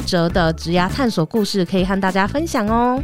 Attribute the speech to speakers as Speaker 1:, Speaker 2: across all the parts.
Speaker 1: 折的职涯探索故事可以和大家分享哦。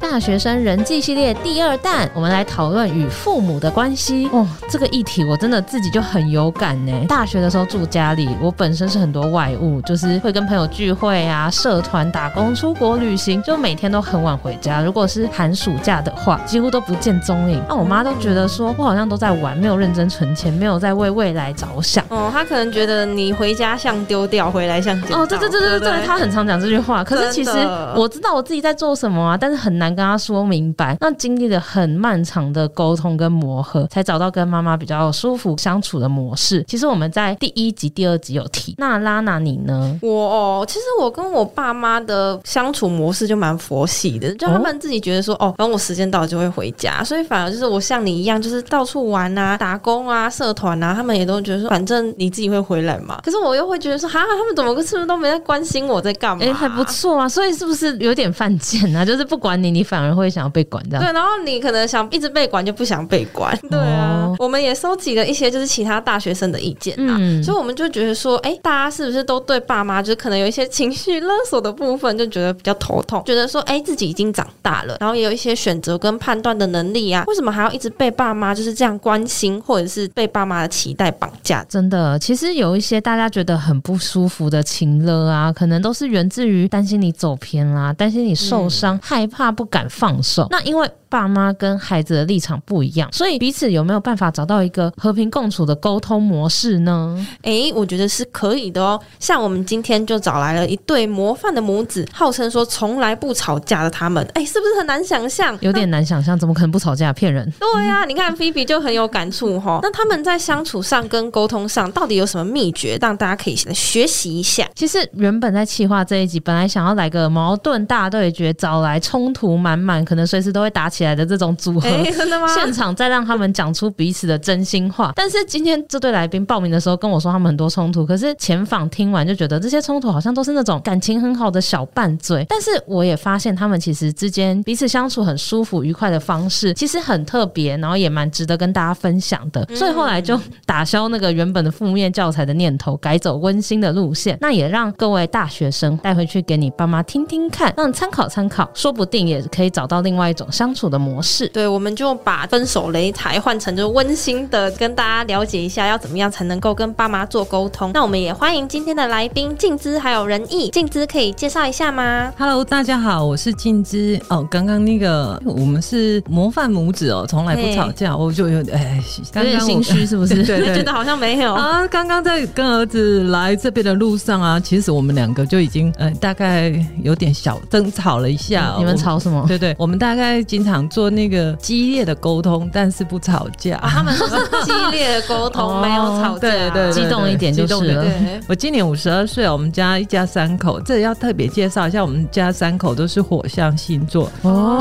Speaker 1: 大学生人际系列第二弹，我们来讨论与父母的关系。哦，这个议题我真的自己就很有感呢。大学的时候住家里，我本身是很多外务，就是会跟朋友聚会啊、社团、打工、出国旅行，就每天都很晚回家。如果是寒暑假的话，几乎都不见踪影。啊那我妈都觉得说我好像都在玩，没有认真存钱，没有在为未来着想。
Speaker 2: 哦，他可能觉得你回家像丢掉，回来像捡到
Speaker 1: 哦，对对对对
Speaker 2: 不
Speaker 1: 对，他很常讲这句话。可是其实
Speaker 2: 真的
Speaker 1: 我知道我自己在做什么啊，但是很难跟他说明白。那经历了很漫长的沟通跟磨合，才找到跟妈妈比较舒服相处的模式。其实我们在第一集、第二集有提。那拉娜你呢？
Speaker 2: 我哦，其实我跟我爸妈的相处模式就蛮佛系的，就他们自己觉得说，哦，反正我时间到了就会回家，所以反而就是我像你一样，就是到处玩啊、打工啊、社团啊，他们也都觉得说，反正你自己会回来嘛。可是我又会觉得说，哈，他们怎么是不是都没在关心我在干嘛？
Speaker 1: 哎、还不错啊，所以是不是有点犯贱啊？就是不管你，你反而会想要被管这样。
Speaker 2: 对，然后你可能想一直被管就不想被管，对啊。
Speaker 1: 啊哦
Speaker 2: 我们也收集了一些就是其他大学生的意见啊，
Speaker 1: 嗯
Speaker 2: 所以我们就觉得说，哎、大家是不是都对爸妈就是可能有一些情绪勒索的部分，就觉得比较头痛，觉得说，哎、自己已经长大了，然后也有一些选择跟判断的能力啊，为什么还要一直被爸妈就是这样关心，或者是被爸妈的期待绑架？
Speaker 1: 真的，其实有一些大家觉得很不舒服的情乐啊，可能都是源自于担心你走偏啦、担心你受伤、害怕不敢放手。那因为爸妈跟孩子的立场不一样，所以彼此有没有办法找到一个和平共处的沟通模式呢？
Speaker 2: 诶，哎我觉得是可以的哦。像我们今天就找来了一对模范的母子，号称说从来不吵架的他们，哎诶，是不是很难想象？
Speaker 1: 有点难想象，怎么可能不吵架？骗人！
Speaker 2: 对
Speaker 3: 嗯
Speaker 2: 呀、你看菲比就很有感触哈。那他们在相处上跟沟通上到底有什么秘诀，让大家可以来学习一下？
Speaker 1: 其实原本在企划这一集，本来想要来个矛盾大对决，找来冲突满满，可能随时都会打起来的这种组合。
Speaker 2: 哎、真的吗？
Speaker 1: 现场再让他们讲出彼此的真心话。但是今天这对来宾报名的时候跟我说他们很多冲突，可是前访听完就觉得这些冲突好像都是那种感情很好的小拌嘴。但是我也发现他们其实之间彼此相处很舒服愉快的方式，其实很特别，然后也蛮值得跟大家分享的。所以后来就打消那个原本的负面教材的念头，改走温馨的路线。那也让各位大学生带回去给你爸妈听听看，让参考参考，说不定也可以找到另外一种相处的模式。
Speaker 2: 对，我们就把分手擂台换成就是温馨的，跟大家了解一下要怎么样才能够跟爸妈做沟通。那我们也欢迎今天的来宾静姿还有仁义，静姿可以介绍一下吗？
Speaker 3: Hello，大家好，我是静之。哦，刚刚那个我们是模范母子哦，从来不
Speaker 2: 嘿
Speaker 3: 吵架，我就有点哎，刚
Speaker 1: 有点
Speaker 3: 刚
Speaker 1: 心
Speaker 3: 我
Speaker 1: 虚是不是？
Speaker 3: 对
Speaker 2: 觉
Speaker 3: 对
Speaker 2: 得好像没有。
Speaker 3: 啊，刚刚在跟儿子来这边的路上啊，其实我们两个就已经呃大概有点小争吵了一下哦、
Speaker 1: 嗯你们
Speaker 3: 我。
Speaker 1: 吵什么？
Speaker 3: 对对，我们大概经常做那个激烈的沟通，但是不吵架。
Speaker 2: 啊，他们只是激烈的沟通，
Speaker 1: 哦
Speaker 2: 没有吵架。
Speaker 3: 对对
Speaker 1: 激动一点就
Speaker 3: 激动
Speaker 1: 是
Speaker 3: 一点
Speaker 1: 了。
Speaker 2: 对
Speaker 3: 我今年五十二岁，我们家一家三口，这里要特别介绍一下，我们家三口都是火象星座，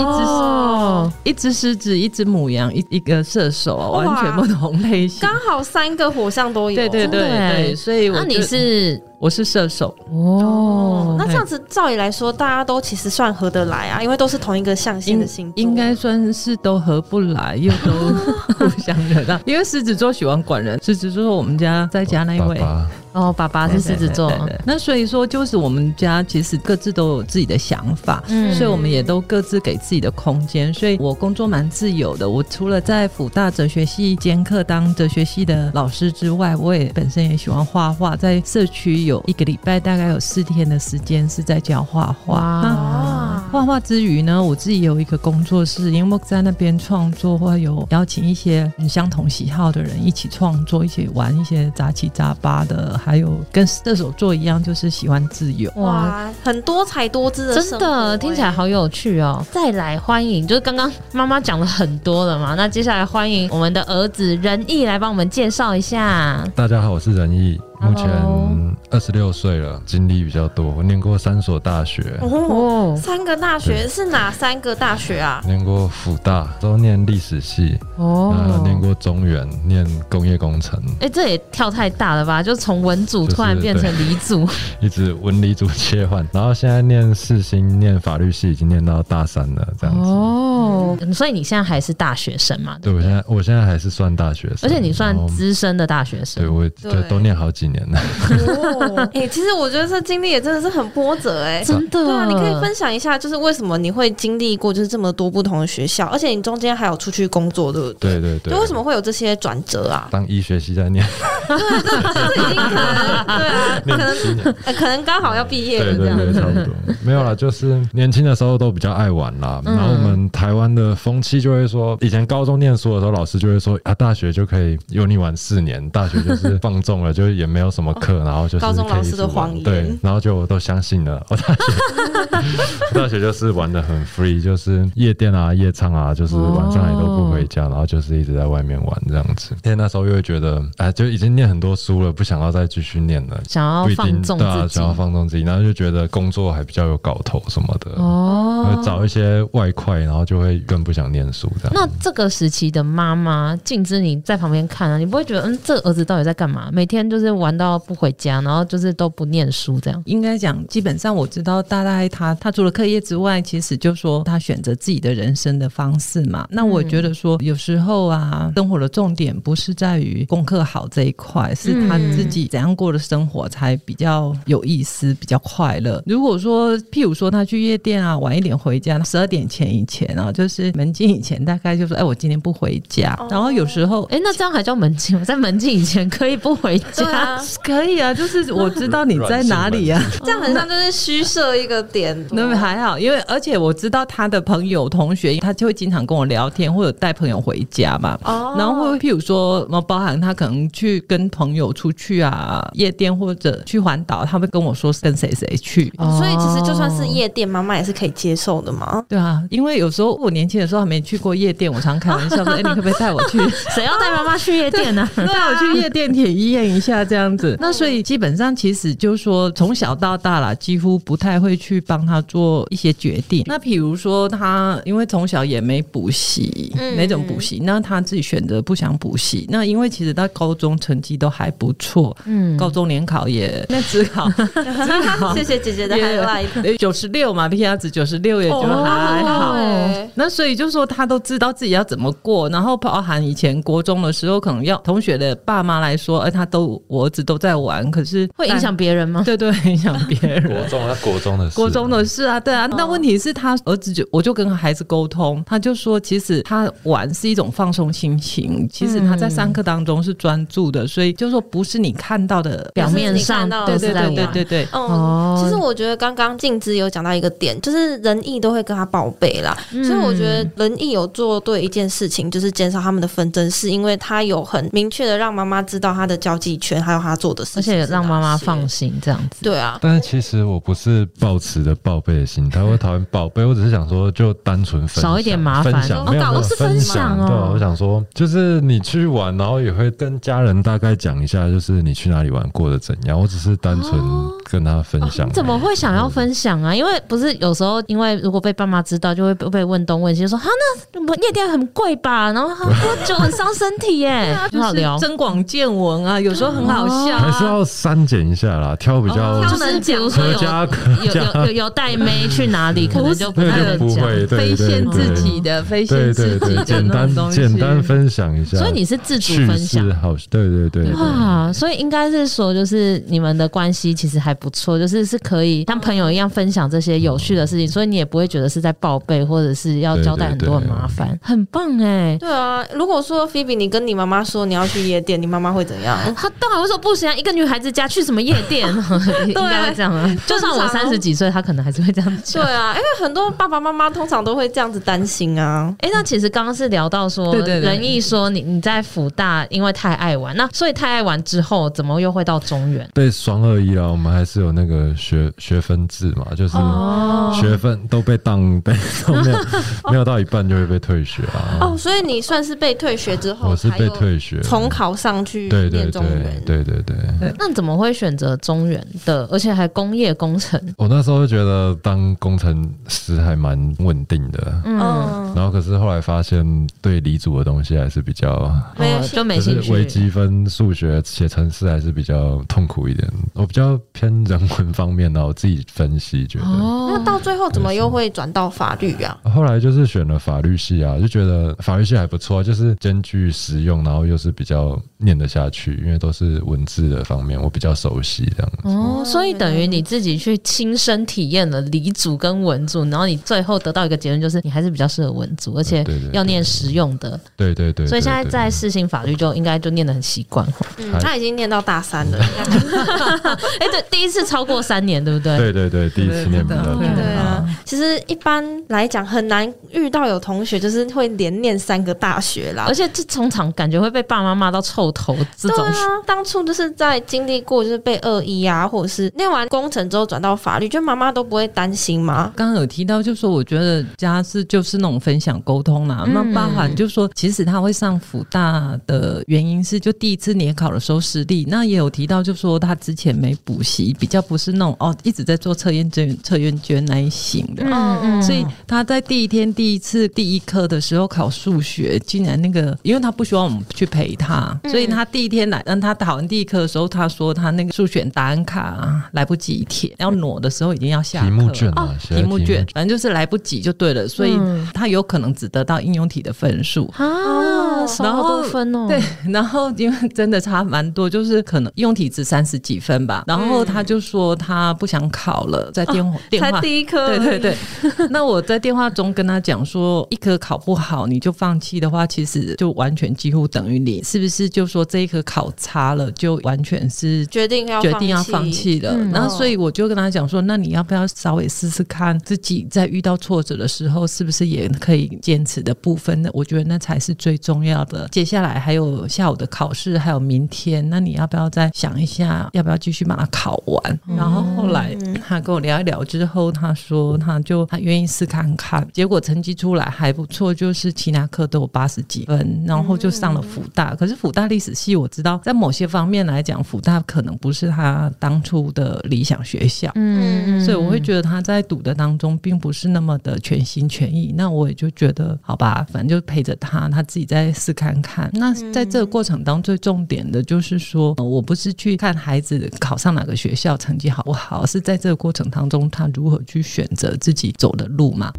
Speaker 1: 哦，
Speaker 3: 一只狮子，一只母羊，一一个射手，啊完全不同类型
Speaker 2: 刚。好三个火象都有。
Speaker 3: 对对对
Speaker 1: 真的欸
Speaker 3: 对，所以我
Speaker 1: 那你
Speaker 3: 就是我是射手，
Speaker 1: 哦，
Speaker 2: 那这
Speaker 3: 对
Speaker 2: 样子，照理来说，大家都其实算合得来啊，因为都是同一个象限的星座。
Speaker 3: 应该算是都合不来，又 都互相惹到。因为狮子座喜欢管人，狮子座我们家在家那一位
Speaker 4: 爸。爸
Speaker 1: 哦，爸爸是狮子座
Speaker 3: 对，对对对那所以说就是我们家其实各自都有自己的想法，
Speaker 1: 嗯
Speaker 3: 所以我们也都各自给自己的空间。所以我工作蛮自由的，我除了在辅大哲学系兼课当哲学系的老师之外，我也本身也喜欢画画，在社区有一个礼拜大概有四天的时间是在教画画。那
Speaker 1: 哇，
Speaker 2: 啊，
Speaker 3: 画画之余呢，我自己有一个工作室，因为在那边创作，或有邀请一些嗯相同喜好的人一起创作，一起玩一些杂七杂八的，还有跟射手座一样，就是喜欢自由。
Speaker 1: 哇，
Speaker 2: 哇，很多才多姿的
Speaker 1: 真
Speaker 2: 生活欸
Speaker 1: 的听起来好有趣哦！再来欢迎，就是刚刚妈妈讲了很多了嘛，那接下来欢迎我们的儿子仁义来帮我们介绍一下。
Speaker 4: 大家好，我是仁义，目前
Speaker 1: Hello
Speaker 4: 二十六岁了，经历比较多，我念过三所大学，
Speaker 2: 哦。
Speaker 1: 哦
Speaker 2: 三个大学是哪三个大学 啊？
Speaker 4: 念过辅大，都念历史系，啊那念
Speaker 1: 哦，
Speaker 4: 过中原，念工业工程，
Speaker 1: 哎、这也跳太大了吧？就从文组
Speaker 4: 就是
Speaker 1: 突然变成理组，
Speaker 4: 一直文理组切换，然后现在念世新，念法律系，已经念到大三了，这样子。
Speaker 1: 哦、嗯所以你现在还是大学生嘛？
Speaker 4: 对，我现在我现在还是算大学
Speaker 1: 而
Speaker 4: 生，
Speaker 1: 且你算
Speaker 4: 然后
Speaker 1: 资深的大学
Speaker 4: 对，
Speaker 1: 生。
Speaker 4: 我就
Speaker 2: 对
Speaker 4: 都念好几年了。
Speaker 2: 哦，哎、其实我觉得这经历也真的是很波折哎、
Speaker 1: 真的，
Speaker 2: 对啊，你可以分享一下，就是为什么你会经历过就是这么多不同的学校，而且你中间还有出去工作，对不对？
Speaker 4: 对对对。
Speaker 2: 就为什么会有这些转折 啊？
Speaker 4: 当医学系在念？
Speaker 2: 这已经可能对啊， 可能、呃可能刚好要毕业了
Speaker 4: 对
Speaker 2: 这
Speaker 4: 对
Speaker 2: 样。
Speaker 4: 对，差不 多。没有啦，就是年轻的时候都比较爱玩啦。
Speaker 1: 嗯
Speaker 4: 然后我们台湾的风气就会说，以前高中念书的时候，老师就会说啊，大学就可以有你玩四年，大学就是放纵了，就也没有什么课，然后就是
Speaker 2: 哦高中
Speaker 4: 可以
Speaker 2: 老师
Speaker 4: 一直
Speaker 2: 的
Speaker 4: 玩
Speaker 2: 谎言
Speaker 4: 对，然后就我都相信了。我大学 大学就是玩的很 free，就是夜店啊、夜唱啊，就是晚上也都不回
Speaker 2: 哦
Speaker 4: 家，然后就是一直在外面玩这样子。因为那时候又会觉得，哎，就已经念很多书了，不想要再继续念了，
Speaker 1: 想要
Speaker 4: 不一定
Speaker 1: 放纵
Speaker 4: 对啊，
Speaker 1: 自己
Speaker 4: 想要放纵自己，然后就觉得工作还比较有搞头什么的，
Speaker 1: 哦
Speaker 4: 会找一些外快，然后就会更不想念书这样。
Speaker 1: 那这个时期的妈妈静之，你在旁边看啊，你不会觉得，嗯，这个儿子到底在干嘛？每天就是玩到不回家，然后就是都不念书这样。
Speaker 3: 应该讲，基本上我知道大概他他除了课业之外，其实就说他选择自己的人生的方式嘛。那我觉得说，有时候啊，生活的重点不是在于功课好这一块，是他自己怎样过的生活才比较有意思，比较快乐。如果说，譬如说他去夜店啊，晚一点回家，十二点前以前啊，就是门禁以前，大概就说，哎，我今天不回家。然后有时候，
Speaker 1: 哎、那这样还叫门禁？我在门禁以前可以不回
Speaker 2: 对
Speaker 1: 家，
Speaker 2: 啊，
Speaker 3: 可以啊，就是我知道你在哪里啊。
Speaker 2: 这样很像就是虚设一个点。
Speaker 3: 那还好，因为而且我知道他的朋友同学，他就会经常跟我聊天，或者带朋友回家嘛。
Speaker 2: 哦
Speaker 3: 然后会譬如说，呃包含他可能去跟朋友出去啊，夜店或者去环岛，他会跟我说是跟谁谁去。
Speaker 1: 哦
Speaker 2: 所以其实就算是夜店，妈妈也是可以接受的 嘛。
Speaker 3: 对啊，因为有时候我年轻的时候还没去过夜店，我常开玩笑说：“哎、你可不可以带我去？
Speaker 1: 谁要带妈妈去夜店呢、
Speaker 3: 带
Speaker 2: 啊
Speaker 3: 我去夜店体验一下这 样子。”那所以基本上其实就是说，从小到大啦，几乎不太会去帮他做一些决定。那比如说他，因为从小也没补习，
Speaker 2: 嗯
Speaker 3: 哪种补习，那他自己选择不想补习。那因为其实他高中成绩都还不错，
Speaker 1: 嗯，
Speaker 3: 高中联考也那只 考
Speaker 2: 谢谢姐姐 的 highlight。
Speaker 3: 也九十六嘛，PR 值九十六也就
Speaker 2: 哦哎
Speaker 3: 还好。
Speaker 2: 对
Speaker 3: 那所以就说他都知道自己要怎么过，然后包含以前国中的时候，可能要同学的爸妈来说，哎、他都我儿子都在玩，可是
Speaker 1: 会影响别人吗？
Speaker 3: 对对影响别人。
Speaker 4: 中啊，国中的事
Speaker 3: 国中的事啊，对啊，那问题是他儿子就我就跟孩子沟通，他就说，其实他玩是一种放松心情，其实他在上课当中是专注的，所以就说不是你看到的
Speaker 1: 表面上
Speaker 2: 对
Speaker 1: 都
Speaker 3: 对
Speaker 1: 是
Speaker 3: 对
Speaker 1: 在
Speaker 3: 对对
Speaker 1: 玩。
Speaker 3: 对对，
Speaker 2: 嗯
Speaker 1: 哦，
Speaker 2: 其实我觉得刚刚静之有讲到一个点，就是仁义都会跟他报备啦，所以我觉得仁义有做对一件事情，就是减少他们的纷争，是因为他有很明确的让妈妈知道他的交际圈，还有他做的事
Speaker 1: 而
Speaker 2: 情，
Speaker 1: 且让妈妈放。心这样子。
Speaker 2: 对啊，
Speaker 4: 但是其实我不是抱持着报备的心态，我讨厌报备，我只是想说就单纯分享
Speaker 1: 少一点麻烦
Speaker 4: 分享
Speaker 2: 哦
Speaker 4: 没有没
Speaker 2: 搞
Speaker 4: 有
Speaker 2: 不是
Speaker 4: 分
Speaker 1: 分享哦
Speaker 4: 对啊，我想说就是你去玩，然后也会跟家人大概讲一下，就是你去哪里玩过得怎样，我只是单纯跟他分享而已、
Speaker 1: 哦怎么会想要分享啊？因为不是有时候，因为如果被爸妈知道，就会被被问东问西，就说哈，那我夜店很贵吧？然后喝酒很伤身体 耶，很好聊。
Speaker 3: 增广见闻啊，有时候很好笑、
Speaker 4: 还是
Speaker 3: 啊。
Speaker 4: 要删减一下啦，挑比较
Speaker 2: 哦
Speaker 1: 就是比如说
Speaker 4: 合
Speaker 1: 有
Speaker 4: 家
Speaker 1: 有有有有带妹去哪里，可能就不太
Speaker 4: 那
Speaker 1: 能
Speaker 4: 就不
Speaker 1: 讲。
Speaker 4: 会对
Speaker 3: 非
Speaker 4: 对
Speaker 3: 现自
Speaker 4: 对
Speaker 3: 己的，非现
Speaker 4: 对
Speaker 3: 自
Speaker 4: 对
Speaker 3: 己
Speaker 4: 对，
Speaker 3: 的
Speaker 4: 简
Speaker 3: 那种东
Speaker 4: 单
Speaker 3: 西。
Speaker 4: 简单分享一下，
Speaker 1: 所以啊你是自主
Speaker 4: 趣
Speaker 1: 分享
Speaker 4: 事好，对对对对。
Speaker 1: 哇，所以应该是说，就是你们的关系其实还不错，就是是可以像朋友一样分享这些有趣的事情，所以你也不会觉得是在报备或者是要交代很多很麻烦，很棒哎、
Speaker 2: 对啊，如果说菲比，你跟你妈妈说你要去夜店，你妈妈会怎样？
Speaker 1: 他当然会说不行啊，一个女孩子家去什么夜店， 应该会这样啊。就算我三十几岁，他可能还是会这样
Speaker 2: 对
Speaker 1: 讲。
Speaker 2: 啊，因为很多爸爸妈妈通常都会这样子担心啊。
Speaker 1: 哎、那其实刚刚是聊到说，
Speaker 3: 对对对
Speaker 1: 仁义说你你在福大因为太爱玩，那所以太爱玩之后，怎么又会到中原？
Speaker 4: 被双二一啊了，我们还是有那个学学分制嘛，就是
Speaker 1: 哦
Speaker 4: 学分都被当 被都没有没有到一半就会被退学啊。
Speaker 2: 哦，所以你算是被退学之后
Speaker 4: 我是
Speaker 2: 才
Speaker 4: 被
Speaker 2: 有
Speaker 4: 退学，
Speaker 2: 重考上去
Speaker 4: 对对
Speaker 2: 念
Speaker 4: 对
Speaker 2: 中文。
Speaker 4: 对对对。
Speaker 1: 那你怎么会选择中原的，而且还工业工程？
Speaker 4: 我那时候就觉得当工程师还蛮稳定的，
Speaker 1: 嗯，
Speaker 2: 嗯，
Speaker 4: 然后可是后来发现对理组的东西还是比较。
Speaker 2: 没有
Speaker 1: 哦就没
Speaker 4: 就
Speaker 1: 兴
Speaker 4: 是微
Speaker 1: 趣。
Speaker 4: 积分、数学、写程式还是比较痛苦一点。我比较偏人文方面的，我自己分析觉得。
Speaker 2: 那
Speaker 1: 哦，
Speaker 2: 到最后怎么又会转到法律啊？
Speaker 4: 后来就是选了法律系啊，就觉得法律系还不错，就是兼具实用，然后又是比较念得下去，因为都是文字的方面我比较熟悉这样。
Speaker 1: 哦，所以等于你自己去亲身体验了理组跟文组，然后你最后得到一个结论，就是你还是比较适合文组，而且
Speaker 4: 对对对
Speaker 1: 要念实用的。
Speaker 4: 对对对
Speaker 1: 所以现在
Speaker 4: 对对
Speaker 1: 在世新法律就应该就念得很习惯。哦
Speaker 2: 嗯
Speaker 4: 还，
Speaker 2: 他已经念到大三 了，
Speaker 4: 啊
Speaker 1: 哎、对，第一次超过三年，对不对？
Speaker 4: 对对对，第一次念比较久
Speaker 3: 对
Speaker 2: 对啊，其实一般来讲很难遇到有同学就是会连念三个大学啦
Speaker 1: 而。且这通常感觉会被爸妈骂到臭头，这
Speaker 2: 对
Speaker 1: 种、
Speaker 2: 啊，当初就是在经历过就是被恶意啊，或者是念完工程之后转到法律，就妈妈都不会担心吗？
Speaker 3: 刚刚有提到，就说我觉得家是就是那种分享沟通啦。
Speaker 1: 嗯
Speaker 3: 那包含就说，其实他会上辅大的原因是，就第一次联考的时候失利。那也有提到，就说他之前没补习，比较不是那种哦一直在做测验卷、测验卷那一型的。
Speaker 1: 嗯嗯，
Speaker 3: 所以他在第一天、第一次、第一科的时候考数学，竟然那个，因为他不希望我们去陪他，
Speaker 1: 嗯
Speaker 3: 所以他第一天来，让他打完第一科的时候，他说他那个数学答案卡啊来不及填，
Speaker 1: 嗯
Speaker 3: 要挪的时候已经要下课
Speaker 4: 题目卷
Speaker 3: 哦
Speaker 4: 啊，写在
Speaker 3: 题目卷，反正就是来不及就对了，所以
Speaker 1: 嗯
Speaker 3: 他有可能只得到应用题的分数。
Speaker 4: 嗯
Speaker 1: 啊，少
Speaker 3: 然
Speaker 1: 好
Speaker 3: 后
Speaker 1: 多分
Speaker 2: 嗯
Speaker 1: 哦。
Speaker 3: 对，然后因为真的差蛮多，就是可能用体只三十几分吧，然后他就说他不想考了，在电话、电
Speaker 2: 嗯哦才
Speaker 3: 话
Speaker 2: 第一科，
Speaker 3: 对对， 对，那我在电话中跟他讲说，一科考不好你就放弃的话，其实就完全几乎等于零，是不是？就说这一科考差了，就完全是
Speaker 2: 决定要
Speaker 3: 决定要放。弃哦了。
Speaker 1: 嗯
Speaker 3: 那所以我就跟他讲说，那你要不要稍微试试看，自己在遇到挫折的时候，是不是也可以坚持的部分呢？我觉得那才是最重要的。接下来还有下午的考试，还有明天，那你要不要再想一下，要不要继续把它考完？然后后来他跟我聊一聊之后，他说他就他愿意试看看，结果成绩出来还不错，就是其他科都有八十几分，然后就上了辅大。可是辅大历史系我知道，在某些方面来讲，辅大可能不是他当初的理想学校。
Speaker 1: 嗯，嗯
Speaker 3: 所以 我会觉得他在读的当中并不是那么的全心全意，那我也就觉得好吧，反正就陪着他，他自己再试看看。那在
Speaker 2: 嗯
Speaker 3: 这个过程当中，最重点的就是说、呃我不是去看孩子考上哪个学校，成绩好不好，而是在这个过程当中，他如何去选择自己走的路嘛。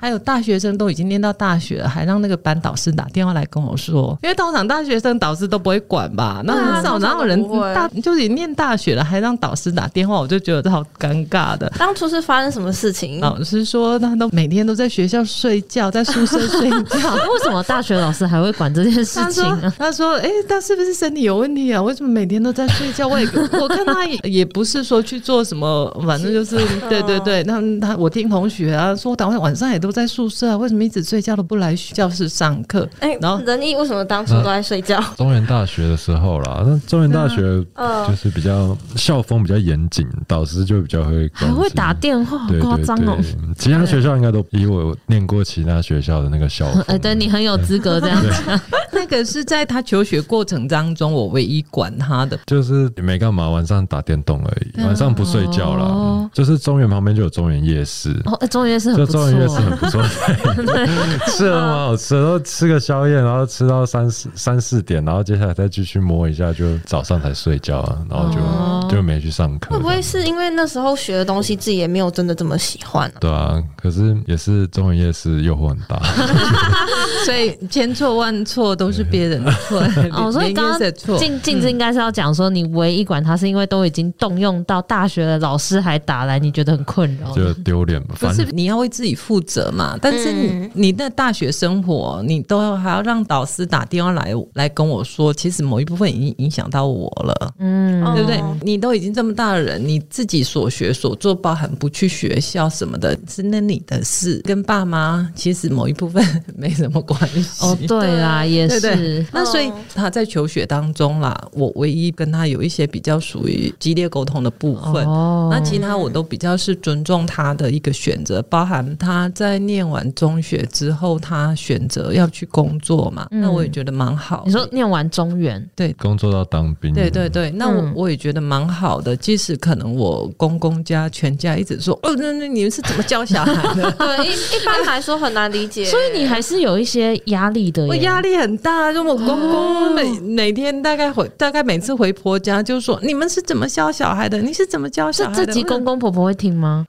Speaker 3: 还有大学生都已经念到大学了，还让那个班导师打电话来跟我说，因为通常大学生导师都不会管吧？那
Speaker 2: 对啊
Speaker 3: 很少
Speaker 2: 通常
Speaker 3: 哪
Speaker 2: 都
Speaker 3: 有人
Speaker 2: 不会
Speaker 3: 大就是你念大学了，还让导师打电话，我就觉得好尴尬的。
Speaker 2: 当初是发生什么事
Speaker 1: 嗯
Speaker 2: 情？
Speaker 3: 老师说，他都每天都在学校睡觉，在宿舍 睡
Speaker 4: 啊
Speaker 3: 觉。
Speaker 1: 为什么大学老师还会管这件事
Speaker 3: 他
Speaker 1: 情
Speaker 3: 说
Speaker 1: 啊？：“
Speaker 3: 他说，哎、他是不是身体有问题啊？为什么每天都在睡觉？我 也我看他也也不是说去做什么，反正就是对对对。那
Speaker 1: 嗯
Speaker 3: 他我听同学啊说，他晚上也都在宿舍啊，为什么一直睡觉都不来教室上课？
Speaker 2: 哎
Speaker 3: 然后，嗯
Speaker 2: 仁义为什么当初都在睡觉？
Speaker 4: 中原大学的时候啦，那中原大学
Speaker 1: 嗯
Speaker 4: 就是比较校风比较严谨，导师就比较会关
Speaker 1: 还会
Speaker 4: 心
Speaker 1: 打电话，好
Speaker 4: 对
Speaker 1: 夸
Speaker 4: 对
Speaker 1: 张哦！
Speaker 4: 对，其他学校应该都以我念过其他学校的那个校风。
Speaker 1: 哎，对你很有资格这样讲。
Speaker 3: 那个是在他求学过程当中，我唯一管他的。
Speaker 4: 就是没干嘛，晚上打电动而已，晚上不睡觉啦。
Speaker 1: 啊哦
Speaker 4: 就是中原旁边就有中原夜市，
Speaker 1: 哦，哎中原是很
Speaker 4: 就
Speaker 1: 不错
Speaker 4: 中原夜市很不不 错，吃的蛮好吃的，然后吃个宵夜，然后吃到三四三四点，然后接下来再继续摸一下，就早上才睡觉啊，然后就、
Speaker 1: 哦
Speaker 4: 就没去上课。
Speaker 2: 会不会是因为那时候学的东西自己也没有真的这么喜欢啊？
Speaker 4: 对啊，可是也是中文夜市诱惑很大，
Speaker 3: 所以千错万错都是别人的错，
Speaker 1: 哦，所以
Speaker 3: 连
Speaker 1: 刚
Speaker 3: 椰子
Speaker 1: 刚
Speaker 3: 的错。
Speaker 1: 镜镜子应该是要讲说，你唯一管他是因为都已经动用到大学的老师还打来，你觉得很困扰。
Speaker 4: 就丢脸吧。
Speaker 3: 不
Speaker 4: 反
Speaker 3: 是
Speaker 4: 正
Speaker 3: 你要为自己负责嘛？但是你、
Speaker 2: 嗯
Speaker 3: 你的大学生活，你都要还要让导师打电话来来跟我说，其实某一部分已经影响到我了，
Speaker 1: 嗯，
Speaker 2: 哦
Speaker 3: 对不对？你都已经这么大的人，你自己所学所做，包含不去学校什么的，是那你的事，跟爸妈其实某一部分没什么关系。
Speaker 1: 哦，对啦，也
Speaker 3: 对对
Speaker 1: 是。哦
Speaker 3: 那所以
Speaker 2: 嗯
Speaker 3: 他在求学当中啦，我唯一跟他有一些比较属于激烈沟通的部分，
Speaker 1: 哦
Speaker 3: 那其他我都比较是尊重他的一个选择，包含他在念完中学之后，他选择要去工作嘛，
Speaker 1: 嗯
Speaker 3: 那我也觉得蛮好。
Speaker 1: 你说念完中原，
Speaker 4: 工作到当兵，
Speaker 3: 对对对，那我
Speaker 1: 嗯
Speaker 3: 我也觉得蛮好的。即使可能我公公家全家一直说，哦，那那你们是怎么教小孩 的？
Speaker 2: 对，一一般来说很难理 解，
Speaker 1: 所以你还是有一些压力的耶。
Speaker 3: 我压力很大，就我公 公每每天大概回大概每次回婆家就说，你们是怎么教小孩的？你是怎么教小
Speaker 1: 这
Speaker 3: 孩的？
Speaker 1: 这集公公婆婆会听 吗？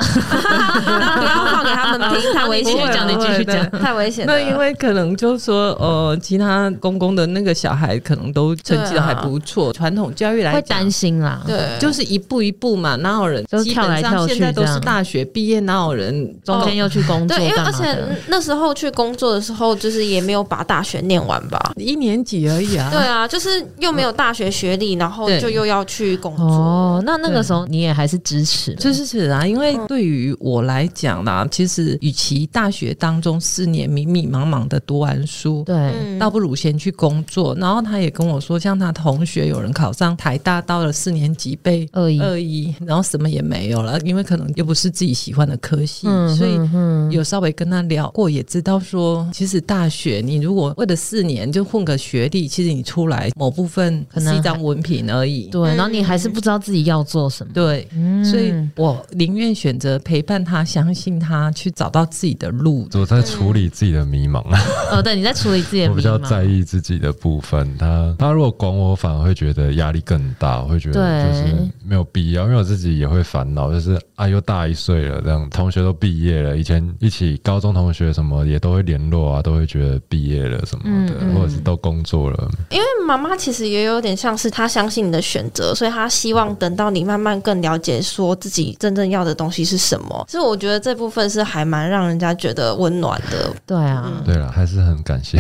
Speaker 2: 不要放给他们听，太危
Speaker 1: 你继
Speaker 2: 险
Speaker 1: 续
Speaker 2: 了，
Speaker 1: 讲，你继续讲。
Speaker 2: 太危险了。
Speaker 3: 那因为可能就说，呃，其他公公的那个小孩可能都成绩
Speaker 2: 对
Speaker 3: 都
Speaker 2: 啊
Speaker 3: 还不错，传统教育来
Speaker 1: 会
Speaker 3: 讲
Speaker 1: 担心啦。
Speaker 2: 对，
Speaker 3: 就是一步一步嘛，哪有人
Speaker 1: 就是
Speaker 3: 基
Speaker 1: 跳来
Speaker 3: 本
Speaker 1: 跳
Speaker 3: 上
Speaker 1: 去
Speaker 3: 现在都
Speaker 1: 这
Speaker 3: 是
Speaker 1: 样
Speaker 3: 大学毕业，哪有人
Speaker 1: 中间又去工作
Speaker 2: 对，因为
Speaker 1: 干嘛
Speaker 2: 而且
Speaker 1: 的，
Speaker 2: 那时候去工作的时候，就是也没有把大学念完吧。
Speaker 3: 一年级而已啊？
Speaker 2: 对啊，就是又没有大学学历，然后
Speaker 3: 对
Speaker 2: 就又要去工作。
Speaker 1: 哦，那那个时候你也还是支持的，
Speaker 3: 就是是啊，因为对于我来讲啦，其实与其大学当中四年迷迷茫茫的读完书，
Speaker 1: 对，
Speaker 2: 嗯
Speaker 3: 倒不如先去工作。然后他也跟我说，像他同学有人考上台大，到了四年级被
Speaker 1: 恶意，
Speaker 3: 二一，然后什么也没有了，因为可能又不是自己喜欢的科系，
Speaker 1: 嗯，
Speaker 3: 所以
Speaker 1: 嗯嗯
Speaker 3: 有稍微跟他聊过，也知道说，其实大学你如果为了四年就混个学历，其实你出来某部分
Speaker 1: 可能
Speaker 3: 是一
Speaker 1: 还
Speaker 3: 张文凭而已。
Speaker 1: 对，然后你还是不知道自己要做什么，
Speaker 3: 嗯对，
Speaker 1: 嗯
Speaker 3: 所以我宁愿选择陪伴他，相信他去找到自己的路。
Speaker 4: 我在处理自己的迷茫。
Speaker 1: 哦，对，你在处理自己的
Speaker 4: 我比
Speaker 1: 迷
Speaker 4: 较
Speaker 1: 茫，
Speaker 4: 在意自己的部分，他他如果管我，反而会觉得压力更大，我会觉得就
Speaker 1: 对
Speaker 4: 是没有必要，因为我自己也会烦恼，就是啊又大一岁了，这样同学都毕业了，以前一起高中同学什么也都会联络啊，都会觉得毕业了什么的，
Speaker 1: 嗯嗯
Speaker 4: 或者是都工作了，
Speaker 2: 因为妈妈其实也有点像是她相信你的选择，所以她希望等到你慢慢更了解，说自己真正要的东西是什么。所以我觉得这部分是还蛮让人家觉得温暖的。
Speaker 1: 对啊，
Speaker 4: 对了，还是很感谢。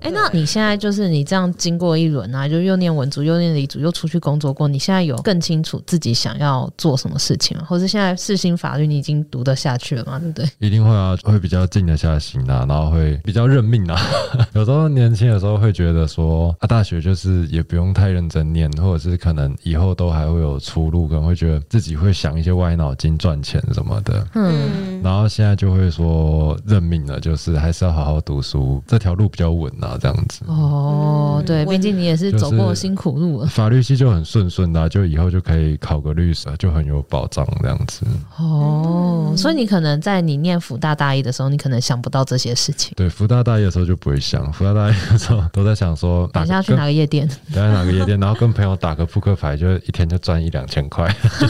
Speaker 1: 哎，那你现在就是你这样经过一轮啊，就又念文组，又念理组，又出去工作过，你现在有更清楚自己想要做什么事情吗？或是现在世新法律你已经读得下去了吗？对不对？
Speaker 4: 一定会啊，会比较静得下心啊，然后会比较认命啊。 有时候年轻的时候会觉得说啊，大学就是也不用太认真念，或者是可能以后都还会有出路，可能会觉得自己会想一些歪脑筋赚钱什么的。
Speaker 1: 嗯，
Speaker 2: 嗯，
Speaker 4: 然后现在就会说认命了，就是还是要好好读书，这条路比较稳啊，这样子。
Speaker 1: 哦，
Speaker 2: 嗯
Speaker 1: 对，
Speaker 2: 我
Speaker 1: 毕竟你也是
Speaker 4: 就是
Speaker 1: 走过辛苦路了。
Speaker 4: 法律系就很顺顺的啊、就以后就可以考个律师，啊就很有保障这样子。
Speaker 1: 哦，所以你可能在你念福大大一的时候，你可能想不到这些事情。
Speaker 4: 对，福大大一的时候就不会想，福大大一的时候都在想说，
Speaker 1: 等
Speaker 4: 打
Speaker 1: 一下要去
Speaker 4: 跟
Speaker 1: 哪个夜店？
Speaker 4: 等下哪个夜店，然后跟朋友打个扑克牌，就一天就赚一两千块，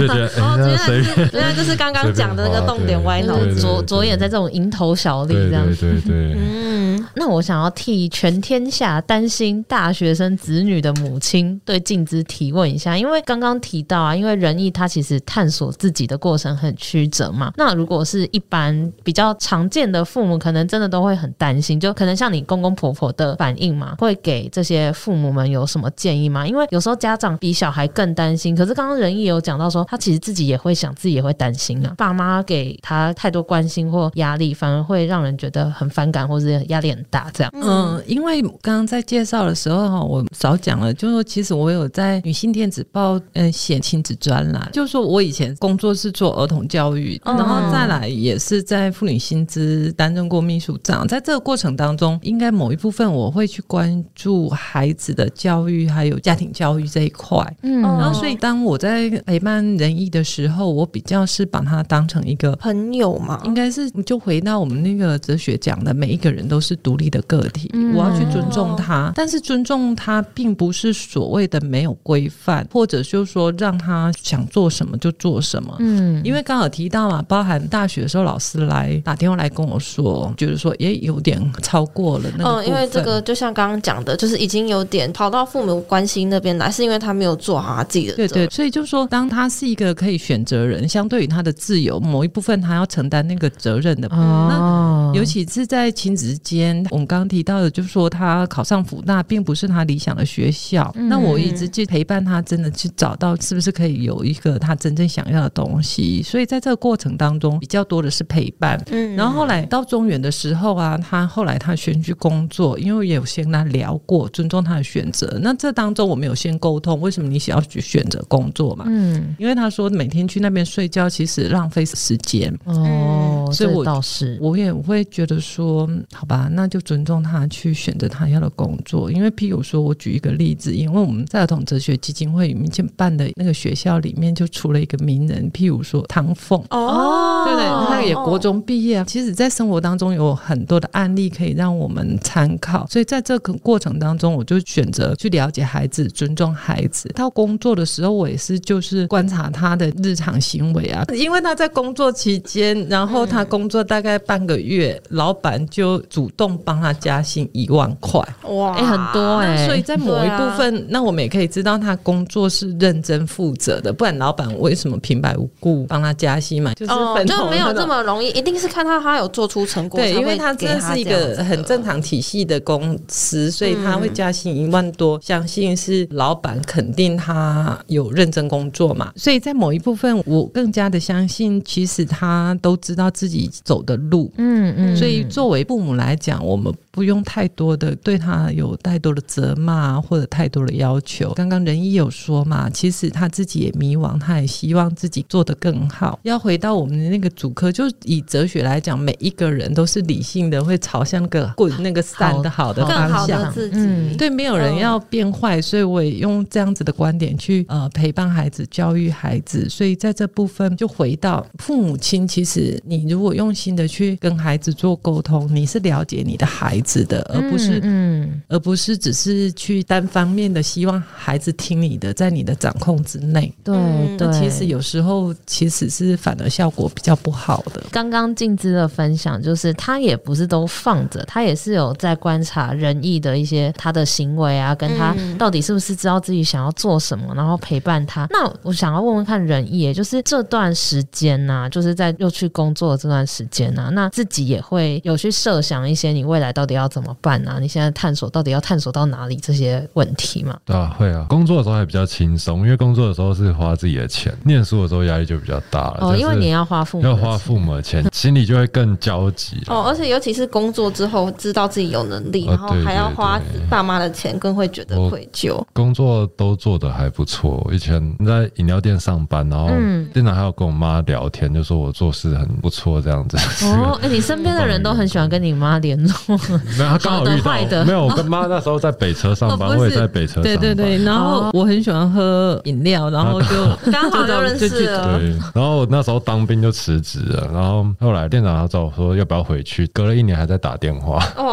Speaker 4: 就觉得哎，
Speaker 2: 哦，原
Speaker 4: 那
Speaker 2: 来
Speaker 4: 随
Speaker 2: 是
Speaker 4: 便。
Speaker 2: 原来就是刚刚讲的那个动点歪脑
Speaker 1: 然
Speaker 4: 对
Speaker 1: 后
Speaker 4: 对对
Speaker 2: 子。
Speaker 1: 着着眼在这种蝇头小利
Speaker 4: 对
Speaker 1: 这样
Speaker 4: 对。对对，
Speaker 2: 嗯，
Speaker 1: 那我想要替全天下担心大学生子女的母亲对静之提问一下，因为刚刚提到啊，因为仁义他其实探索自己的过程很曲折嘛。那如果是一般比较常见的父母，可能真的都会很担心，就可能像你公公婆婆的反应嘛，会给这些父母们有什么建议吗？因为有时候家长比小孩更担心，可是刚刚仁义有讲到说，他其实自己也会想，自己也会担心啊。爸妈给他太多关心或压力，反而会让人觉得很反感，或者压力很大这样。
Speaker 3: 嗯，因为刚刚在介绍的时候哈，我少讲了，就是说其实我有在女性电子报嗯写亲子专栏，就是说我以前工作是做儿童教育，
Speaker 1: 嗯
Speaker 3: 然后再来也是在妇女薪资担任过秘书长，在这个过程当中，应该某一部分我会去关注孩子的教育还有家庭教育这一块。
Speaker 1: 嗯
Speaker 2: 哦
Speaker 3: 然后，所以当我在陪伴仁义的时候，我比较是把它当成一个
Speaker 2: 朋友嘛，
Speaker 3: 应该是就回到我们那个哲学讲的，每一个人都是独立的个体，
Speaker 1: 嗯
Speaker 3: 我要去尊重
Speaker 2: 哦
Speaker 3: 他。但是尊重他，并不是所谓的没有规范，或者就是说让他想做什么就做什么。
Speaker 1: 嗯
Speaker 3: 因为刚好提到嘛，包含大学的时候，老师来打电话来跟我说，就是说也有点超过了那个部分、
Speaker 2: 嗯，因为这个就像刚刚讲的，就是已经有点跑到父母关系那边来，是因为他没有做好他自己的责
Speaker 3: 对
Speaker 2: 任。
Speaker 3: 对，所以就是说，当他是一个可以选择人，相对于他的自由，某一部分他要承担那个责任的
Speaker 1: 哦，
Speaker 3: 尤其是在亲子之间，我们刚刚提到的，就是说他考上福大并不是他理想的学校，
Speaker 1: 嗯
Speaker 3: 那我一直去陪伴他，真的去找到是不是可以有一个他真正想要的东西。所以在这个过程当中，比较多的是陪伴。
Speaker 2: 嗯
Speaker 3: 然后后来到中原的时候啊，他后来他选去工作，因为我也有先跟他聊过，尊重他的选择。那这当中我们有先沟通，为什么你想要去选择工作嘛？
Speaker 1: 嗯
Speaker 3: 因为他说每天去那边睡觉，其实浪费时间。
Speaker 1: 哦，
Speaker 3: 嗯所以
Speaker 1: 这
Speaker 3: 我
Speaker 1: 倒是
Speaker 3: 我也会觉得说，嗯好吧，那就尊重他去选择他要的工作。因为譬如说，我举一个例子，因为我们在儿童哲学基金会里面就办的那个学校里面就出了一个名人，譬如说唐凤。
Speaker 2: 哦，
Speaker 3: 对不对，他也
Speaker 2: 哦
Speaker 3: 国中毕业啊。其实，在生活当中有很多的案例可以让我们参考，所以在这个过程当中，我就选择去了解孩子，尊重孩子。到工作的时候，我也是就是观察他的日常行为啊，因为他在工作期间，然后他工作大概半个月，老板就主动帮他加薪一万块。
Speaker 2: 哇，
Speaker 1: 哎、很多哎、
Speaker 3: 所以在某一
Speaker 2: 对啊
Speaker 3: 部分，那我们也可以知道他工作是认真负责的，不然老板为什么平白无故帮他加薪嘛？就是
Speaker 2: 哦，
Speaker 3: 粉
Speaker 2: 就
Speaker 3: 红
Speaker 2: 没有
Speaker 3: 那种
Speaker 2: 这么容易，一定是看到他有做出成果才
Speaker 3: 对，
Speaker 2: 会给这样子的，嗯
Speaker 3: 因为它真的是一个很
Speaker 4: 哦
Speaker 3: 正常体系的公司，所以他会加薪一万多，相信是老板肯定他有认真工作嘛。所以在某一部分，我更加的相信，其实他都知道自己走的路。
Speaker 1: 嗯嗯，
Speaker 3: 所以，作为父母来讲，我们不用太多的对他有太多的责骂或者太多的要求。刚刚仁一有说嘛，其实他自己也迷惘，他也希望自己做得更好。要回到我们的那个主科，就是以哲学来讲，每一个人都是理性的，会朝向那个滚那个善的好的
Speaker 1: 好
Speaker 2: 更
Speaker 3: 方
Speaker 2: 好的
Speaker 3: 向。
Speaker 2: 自己。
Speaker 1: 嗯
Speaker 3: 对，没有人
Speaker 2: 嗯
Speaker 3: 要变坏，所以我也用这样子的观点去
Speaker 1: 嗯
Speaker 3: 呃陪伴孩子、教育孩子。所以在这部分，就回到父母亲，其实你如果用心的去跟孩子做沟通，你是了解你的孩子的，而不是、
Speaker 1: 嗯
Speaker 3: 而不是只是去单方面的希望孩子听你的，在你的掌控之内。
Speaker 1: 对、
Speaker 2: 嗯
Speaker 1: 对，
Speaker 3: 那其实有时候其实是反而效果比较不好的。
Speaker 1: 刚刚静之的分享，就是他也不是都放着，他也是有在观察仁义的一些他的行为啊，跟他
Speaker 2: 嗯
Speaker 1: 到底是不是知道自己想要做什么，然后陪伴他。那我想要问问看仁义，也就是这段时间呐、就是在又去工作的这段时间呐、那自己也会有去设想一些你未来到底要怎么办啊？你现在探索到底要探索到哪里这些问题嘛？
Speaker 4: 对啊，会啊。工作的时候还比较轻松，因为工作的时候是花自己的钱，念书的时候压力就比较大了。
Speaker 1: 哦，
Speaker 4: 啊就是
Speaker 1: 因为你要花父母
Speaker 4: 要
Speaker 1: 的
Speaker 4: 花
Speaker 1: 钱
Speaker 4: 父母的钱，心里就会更焦急了。
Speaker 2: 哦，而且尤其是工作之后，知道自己有能力，
Speaker 4: 哦
Speaker 2: 然后还要花
Speaker 4: 对对对
Speaker 2: 爸妈的钱，更会觉得
Speaker 4: 我
Speaker 2: 愧疚。
Speaker 4: 工作都做得还不错。以前在饮料店上班，然后
Speaker 1: 嗯
Speaker 4: 店长还有跟我妈聊天，就说我做事很不错这样子。
Speaker 1: 哦，哎、你身边的人都很喜欢跟你妈联络。
Speaker 4: 没有，他刚
Speaker 1: 好
Speaker 4: 好
Speaker 1: 的
Speaker 4: 遇
Speaker 1: 坏的
Speaker 4: 到，没有，我跟妈那时候在北车上班，
Speaker 3: 哦不是
Speaker 4: 我也在北车上班。
Speaker 3: 对对对，然后我很喜欢喝饮料，然后就
Speaker 2: 刚好就认识
Speaker 3: 就去
Speaker 2: 了
Speaker 4: 对，然后我那时候当兵就辞职了，然后后来店长他找我说要不要回去，隔了一年还在打电话，
Speaker 2: 哇，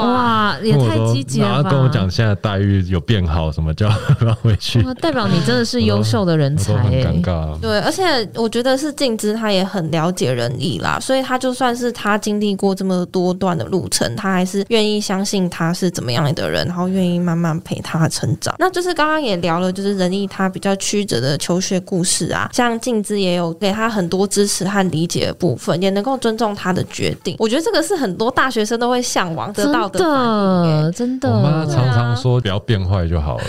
Speaker 1: 哇，也
Speaker 4: 跟我
Speaker 1: 太
Speaker 4: 说
Speaker 1: 积极
Speaker 4: 然
Speaker 1: 了
Speaker 4: 后
Speaker 1: 吧！
Speaker 4: 跟我讲现在待遇有变好，什么叫要 回去，
Speaker 1: 哇，啊代表你真的是优秀的人
Speaker 4: 我
Speaker 1: 才
Speaker 4: 说很
Speaker 1: 哎、
Speaker 4: 尴尬。
Speaker 2: 对，而且我觉得是静之，他也很了解仁义啦，所以他就算是他经历过这么多段的路程，他还是愿意相信他是怎么样的人，然后愿意慢慢陪他成长。那就是刚刚也聊了，就是仁义他比较曲折的求学故事啊，像静之也有给他很多支持和理解的部分，也能够尊重他的决定。我觉得这个是很多大学生都会向往得
Speaker 1: 真
Speaker 2: 到的反应耶欸
Speaker 1: 的，真
Speaker 4: 我妈
Speaker 1: 的，
Speaker 4: 常常说不要变坏 就好了，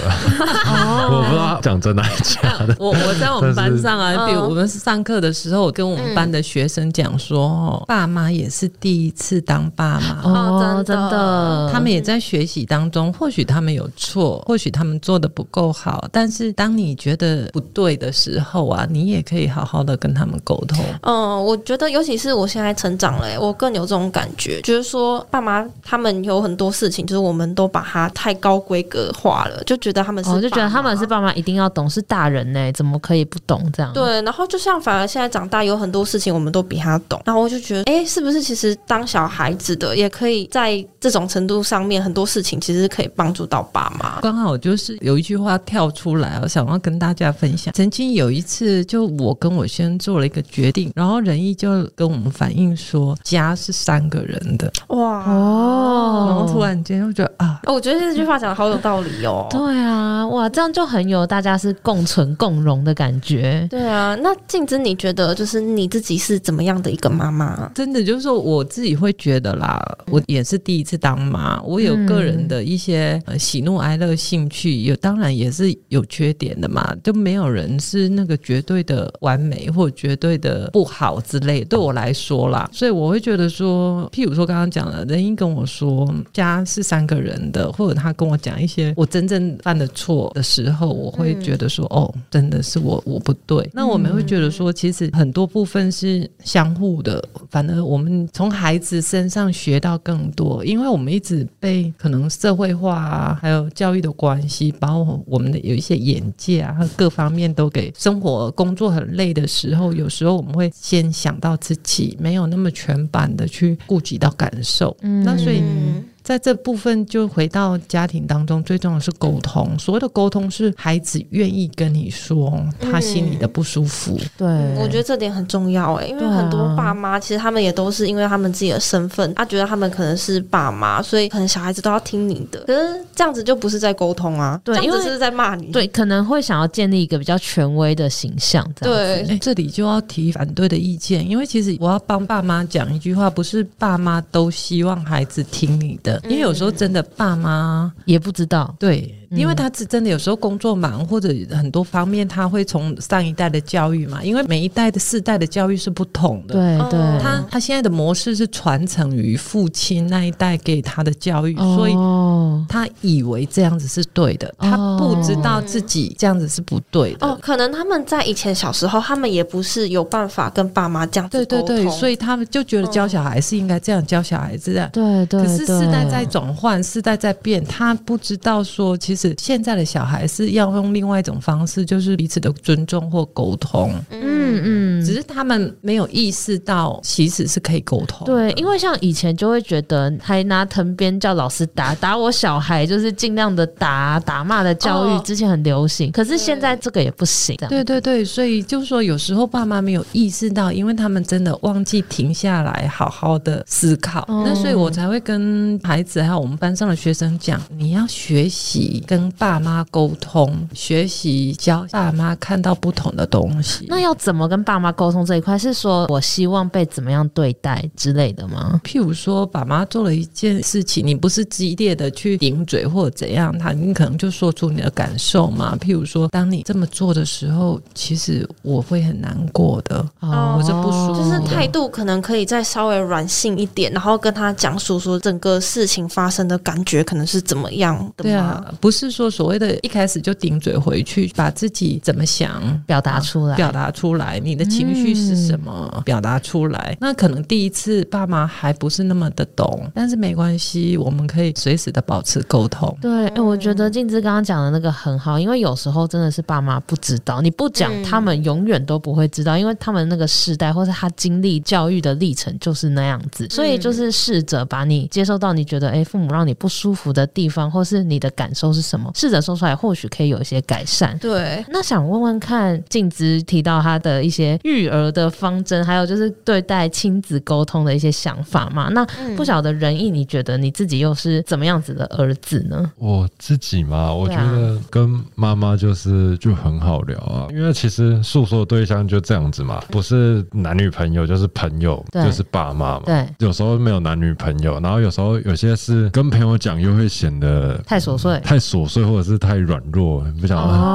Speaker 1: 哦
Speaker 4: 我不知道讲真的还是假的。
Speaker 3: 我我在我们班上啊，
Speaker 2: 但是
Speaker 3: 比如我们是上课的时候，我跟我们班的学生讲说，哦爸妈也是第一次当爸妈。
Speaker 2: 哦真的
Speaker 1: 真的，
Speaker 3: 他们也在学习当中，或许他们有错，或许他们做的不够好，但是当你觉得不对的时候啊，你也可以好好的跟他们沟通。
Speaker 2: 嗯，我觉得尤其是我现在成长了、欸我更有这种感觉，就是说爸妈他们有很多事情，就是我们都把它太高规格化了，就觉得他们是、
Speaker 1: 我、哦、就觉得他们是。爸妈一定要懂，是大人呢、怎么可以不懂这样？，
Speaker 2: 对，然后就像反而现在长大，有很多事情我们都比他懂，然后我就觉得，哎，是不是其实当小孩子的也可以在这种程度上面，很多事情其实是可以帮助到爸妈。
Speaker 3: 刚好就是有一句话跳出来，我想要跟大家分享。曾经有一次，就我跟我先生做了一个决定，然后仁义就跟我们反映说，家是三个人的，
Speaker 2: 哇，
Speaker 1: 哦，
Speaker 3: 然后突然间就觉得啊，
Speaker 2: 哦我觉得这句话讲的好有道理哦。
Speaker 1: 对啊，哇，这样就很有大家是共存共荣的感觉。
Speaker 2: 对啊，那静之，你觉得就是你自己是怎么样的一个妈啊妈？
Speaker 3: 真的就是说我自己会觉得啦，我也是第一次当妈，我有个人的一些、呃、喜怒哀乐、兴趣，有当然也是有缺点的嘛，就没有人是那个绝对的完美或绝对的不好之类。对我来说啦，所以我会觉得说，譬如说刚刚讲了，人英跟我说家是三个人的，或者他跟我讲一些我真正犯的错的时候，我会觉得说，哦，真的是我我不对。那我们会觉得说，其实很多部分是相互的，反而我们从孩子身上学到更多，因为我们一直被可能社会化啊，还有教育的关系，把我我们的有一些眼界啊，还有各方面都给生活、工作很累的时候，有时候我们会先想到自己，没有那么全版的去顾及到感受。
Speaker 1: 嗯
Speaker 3: 那所以
Speaker 2: 嗯，
Speaker 3: 在这部分，就回到家庭当中，最重要的是沟通。所谓的沟通是孩子愿意跟你说他心里的不舒服，
Speaker 1: 对，
Speaker 2: 嗯我觉得这点很重要哎、因为
Speaker 1: 对啊
Speaker 2: 很多爸妈其实他们也都是因为他们自己的身份，啊他、觉得他们可能是爸妈，所以可能小孩子都要听你的。可是这样子就不是在沟通啊，
Speaker 1: 对
Speaker 2: 这样
Speaker 1: 因
Speaker 2: 子
Speaker 1: 为
Speaker 2: 是在骂你。
Speaker 1: 对，可能会想要建立一个比较权威的形象，这样子
Speaker 2: 对，
Speaker 3: 哎，这里就要提反对的意见，因为其实我要帮爸妈讲一句话，不是爸妈都希望孩子听你的，因为有时候真的爸妈
Speaker 1: 也不知道。
Speaker 3: 对，
Speaker 1: 嗯
Speaker 3: 因为他是真的有时候工作忙或者很多方面，他会从上一代的教育嘛，因为每一代的世代的教育是不同的，
Speaker 1: 对
Speaker 2: 嗯
Speaker 1: 对，
Speaker 3: 他他现在的模式是传承于父亲那一代给他的教育，所以
Speaker 1: 哦
Speaker 3: 他以为这样子是对的，他不知道自己这样子是不对的。
Speaker 2: 哦，可能他们在以前小时候，他们也不是有办法跟爸妈这样
Speaker 3: 对
Speaker 2: 子
Speaker 3: 对
Speaker 2: 沟
Speaker 3: 对，
Speaker 2: 通，
Speaker 3: 所
Speaker 2: 以
Speaker 3: 以他们就觉得教小孩是应该这样教小孩子的。
Speaker 1: 对对，
Speaker 3: 可是
Speaker 1: 对
Speaker 3: 世代在转换，世代在变，他不知道说，其实现在的小孩是要用另外一种方式，就是彼此的尊重或沟通，
Speaker 2: 嗯，
Speaker 1: 嗯嗯，
Speaker 3: 只是他们没有意识到其实是可以沟通的。
Speaker 1: 对，因为像以前就会觉得还拿藤鞭叫老师打打我小孩，就是尽量的打打骂的教育，
Speaker 2: 哦
Speaker 1: 之前很流行，可是现在这个也不行，这样
Speaker 3: 对对对，所以就是说，有时候爸妈没有意识到，因为他们真的忘记停下来，好好的思考。
Speaker 1: 哦
Speaker 3: 那所以我才会跟孩子还有我们班上的学生讲，你要学习跟爸妈沟通，学习教爸妈看到不同的东西。
Speaker 1: 那要怎么跟爸妈沟通这一块？是说我希望被怎么样对待之类的吗？
Speaker 3: 譬如说，爸妈做了一件事情，你不是激烈的去顶嘴或者怎样，他你可能就说出你的感受嘛。譬如说，当你这么做的时候，其实我会很难过的。
Speaker 2: 哦
Speaker 3: 我这不舒服
Speaker 2: 就是
Speaker 3: 哦
Speaker 2: 态度可能可以再稍微软性一点，然后跟他讲述说整个事情发生的感觉可能是怎么样的
Speaker 3: 对
Speaker 2: 吗？
Speaker 3: 啊，不是说所谓的一开始就顶嘴回去，把自己怎么想。
Speaker 1: 表达出来，
Speaker 3: 表达出来，你的情绪是什么？
Speaker 2: 嗯
Speaker 3: 表达出来，那可能第一次爸妈还不是那么的懂，但是没关系，我们可以随时的保持沟通。
Speaker 1: 对，哎、我觉得静之刚刚讲的那个很好，因为有时候真的是爸妈不知道，你不讲，
Speaker 2: 嗯
Speaker 1: 他们永远都不会知道，因为他们那个世代或是他经历教育的历程就是那样子，所以就是试着把你接受到你觉得哎、父母让你不舒服的地方，或是你的感受是什么，试着说出来，或许可以有一些改善。
Speaker 2: 对，
Speaker 1: 那想问问看，静之提到他的一些育儿的方针，还有就是对待亲子沟通的一些想法嘛？那
Speaker 2: 嗯
Speaker 1: 不晓得仁义，你觉得你自己又是怎么样子的儿子呢？
Speaker 4: 我自己嘛，我
Speaker 1: 对
Speaker 4: 觉
Speaker 1: 啊
Speaker 4: 得跟妈妈就是就很好聊啊，因为其实诉说对象就这样子嘛，不是男女朋友就是朋友，
Speaker 1: 对
Speaker 4: 就是爸妈嘛。
Speaker 1: 对，
Speaker 4: 有时候没有男女朋友，然后有时候有些事跟朋友讲又会显得
Speaker 1: 太琐碎。
Speaker 4: 太琐琐碎，或者是太软弱，不想、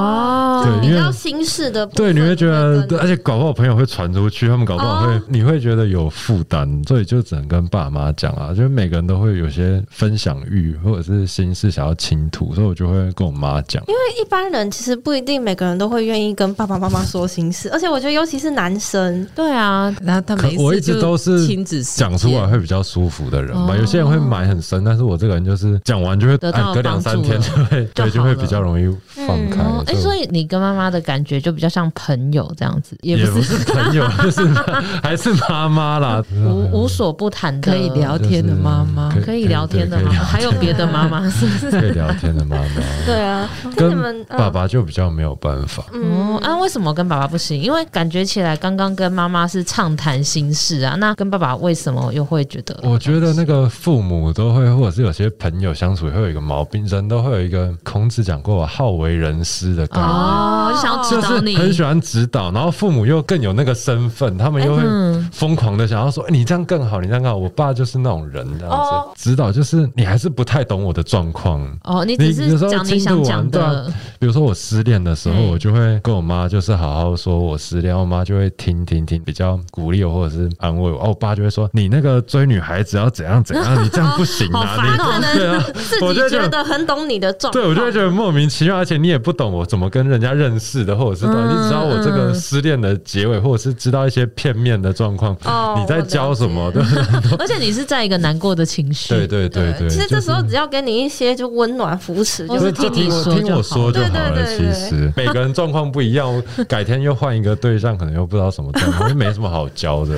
Speaker 2: 就是
Speaker 1: 哦
Speaker 4: 对
Speaker 2: 比
Speaker 4: 因为
Speaker 2: 较心事的部分，
Speaker 4: 对，你会觉得，
Speaker 2: 跟
Speaker 4: 对而且搞不好朋友会传出去，他们搞不好会，
Speaker 2: 哦
Speaker 4: 你会觉得有负担，所以就只能跟爸妈讲啊。就是每个人都会有些分享欲或者是心事想要倾吐，所以我就会跟我妈讲。
Speaker 2: 因为一般人其实不一定每个人都会愿意跟爸爸妈妈说心事，而且我觉得尤其是男生，
Speaker 1: 对啊，
Speaker 3: 然后他
Speaker 4: 可
Speaker 3: 每次
Speaker 4: 我一直
Speaker 3: 就
Speaker 4: 都是
Speaker 3: 亲子实
Speaker 4: 讲出
Speaker 3: 践
Speaker 4: 来会比较舒服的人吧，
Speaker 1: 哦
Speaker 4: 有些人会埋很深，但是我这个人就是讲完就会
Speaker 1: 得到
Speaker 4: 哎，隔两三
Speaker 1: 帮
Speaker 4: 天就
Speaker 1: 助
Speaker 4: 会
Speaker 1: 就好
Speaker 4: 对就会
Speaker 1: 了
Speaker 4: 比较容易放开
Speaker 1: 哦，。哎、
Speaker 4: 就
Speaker 1: 所以你跟妈妈的感觉就比较像朋友这样子，也
Speaker 4: 也
Speaker 1: 不
Speaker 4: 不
Speaker 1: 是
Speaker 4: 是朋友， 就是还是妈妈啦，
Speaker 1: 无无所不谈的，
Speaker 3: 可以聊
Speaker 4: 就是
Speaker 3: 天的妈妈
Speaker 4: 可以
Speaker 1: 可以聊天的
Speaker 4: 对
Speaker 1: 妈
Speaker 4: 可以
Speaker 1: 妈，
Speaker 4: 聊
Speaker 1: 还有别的妈 妈是不是？
Speaker 4: 可以聊天的 妈妈，
Speaker 2: 对啊，那你
Speaker 4: 跟
Speaker 2: 们
Speaker 1: 嗯
Speaker 4: 爸，爸就比较没有办法。
Speaker 1: 哦
Speaker 2: 嗯，
Speaker 1: 啊，为什么跟爸爸不行？因为感觉起来刚刚跟妈妈是畅谈心事啊，那跟爸爸为什么又会觉得？
Speaker 4: 我觉得那个父母都会，或者是有些朋友相处会有一个毛病，人都会有一个孔子讲过“好为人师”的概念。
Speaker 1: 哦，就想要
Speaker 4: 就
Speaker 1: 指
Speaker 4: 是
Speaker 1: 导你，
Speaker 4: 很喜欢指导，然后父母又更有那个身份，他们又会
Speaker 1: 嗯
Speaker 4: 疯狂的想要说、哎你这样更好，你这样更好。我爸就是那种人，这样子、
Speaker 2: 哦
Speaker 4: 指导就是你还是不太懂我的状况。
Speaker 1: 哦，你
Speaker 4: 你
Speaker 1: 只
Speaker 4: 有
Speaker 1: 是
Speaker 4: 时候
Speaker 1: 讲你
Speaker 4: 听
Speaker 1: 想
Speaker 4: 不
Speaker 1: 讲
Speaker 4: 完，对啊
Speaker 1: 的，。
Speaker 4: 比如说我失恋的时候，
Speaker 1: 嗯
Speaker 4: 我就会跟我妈就是好好说我失恋，我妈就会听听听，比较鼓励我或者是安慰我。哦，我爸就会说你那个追女孩子要怎样怎样，你这样不行
Speaker 1: 好
Speaker 4: 啊，
Speaker 1: 烦
Speaker 4: 你
Speaker 1: 哦
Speaker 4: 对啊，
Speaker 2: 自
Speaker 4: 我
Speaker 2: 己
Speaker 4: 就
Speaker 2: 觉得很懂你的状
Speaker 4: 对，
Speaker 2: 况，
Speaker 4: 我就会觉得莫名其妙，而且你也不懂我怎么跟人家认识的，或者是到底
Speaker 1: 嗯
Speaker 4: 你只知道我这个失恋的结尾，或者是知道一些片面的状况
Speaker 2: 哦，
Speaker 4: 你在教什么
Speaker 2: 我
Speaker 4: 的？
Speaker 1: 而且你是在一个难过的情绪，
Speaker 4: 对对对对，
Speaker 2: 其实这
Speaker 4: 就
Speaker 2: 时候只要给你一些就温暖扶持，
Speaker 1: 或
Speaker 2: 就是是
Speaker 4: 就
Speaker 1: 听你
Speaker 4: 我
Speaker 1: 说
Speaker 4: 听我
Speaker 1: 就好
Speaker 4: 说就好了。
Speaker 2: 对对对
Speaker 4: 其
Speaker 2: 对
Speaker 4: 实 每个人状况不一样，我改天又换一个对象，可能又不知道什么状况，又没什么好教的。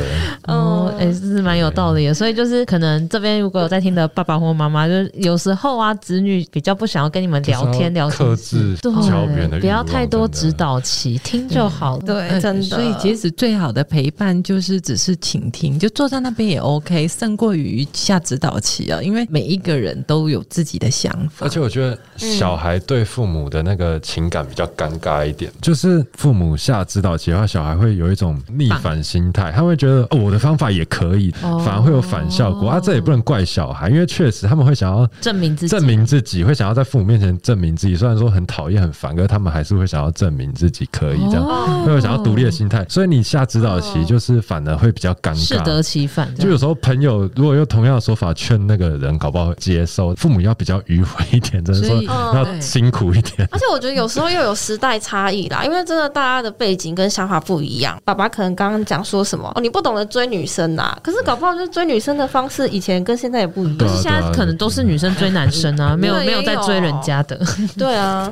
Speaker 1: 哦，
Speaker 4: 嗯
Speaker 1: 哎、是蛮有道理的。所以就是可能这边如果有在听的爸爸或妈妈，就是有时候啊，子女比较不想要跟你们 聊天聊
Speaker 4: 克
Speaker 1: 心事嗯
Speaker 4: 制教别人的欲望，
Speaker 1: 不要太多指
Speaker 4: 真的。
Speaker 1: 导期，听就好了。
Speaker 4: 哎
Speaker 2: 对，哎真的。
Speaker 3: 呃所以其实最好的陪伴就是只是倾听，就坐在那边也 OK，胜过于下指导棋啊，因为每一个人都有自己的想法
Speaker 4: 而。且我觉得小孩对父母的那个情感比较尴尬一点，就是父母下指导棋的话，小孩会有一种逆反心态，他会觉得、哦、我的方法也可以，
Speaker 1: 哦
Speaker 4: 反而会有反效果。啊，这也不能怪小孩，因为确实他们会想要
Speaker 1: 证明自己，
Speaker 4: 证明自己，会想要在父母面前证明自己。虽然说很讨厌、很烦，可是他们还是会想要证明自己可以这样，
Speaker 1: 哦
Speaker 4: 会有想要独立的心态。所以你下指导棋，就是反而会比较尴
Speaker 1: 适
Speaker 4: 尬。
Speaker 1: 得其反这
Speaker 4: 就
Speaker 1: 样。
Speaker 4: 有啊时候朋友如果用同样的说法劝那个人，搞不好会接受。父母要比较迂回一点，只能
Speaker 3: 所
Speaker 4: 说
Speaker 3: 以
Speaker 4: 要
Speaker 3: 对
Speaker 4: 辛苦一点。
Speaker 2: 而且我觉得有时候又有时代差异啦，因为真的大家的背景跟想法不一样。爸爸可能刚刚讲说什么哦，你不懂得追女生啦，可是搞不好就是追女生的方式以前跟现在也不一
Speaker 4: 对
Speaker 2: 样
Speaker 4: 啊。
Speaker 1: 现在可能都是女生追男生啊，没有
Speaker 2: 对
Speaker 1: 没有在追
Speaker 2: 也有
Speaker 1: 人家的。
Speaker 2: 对啊，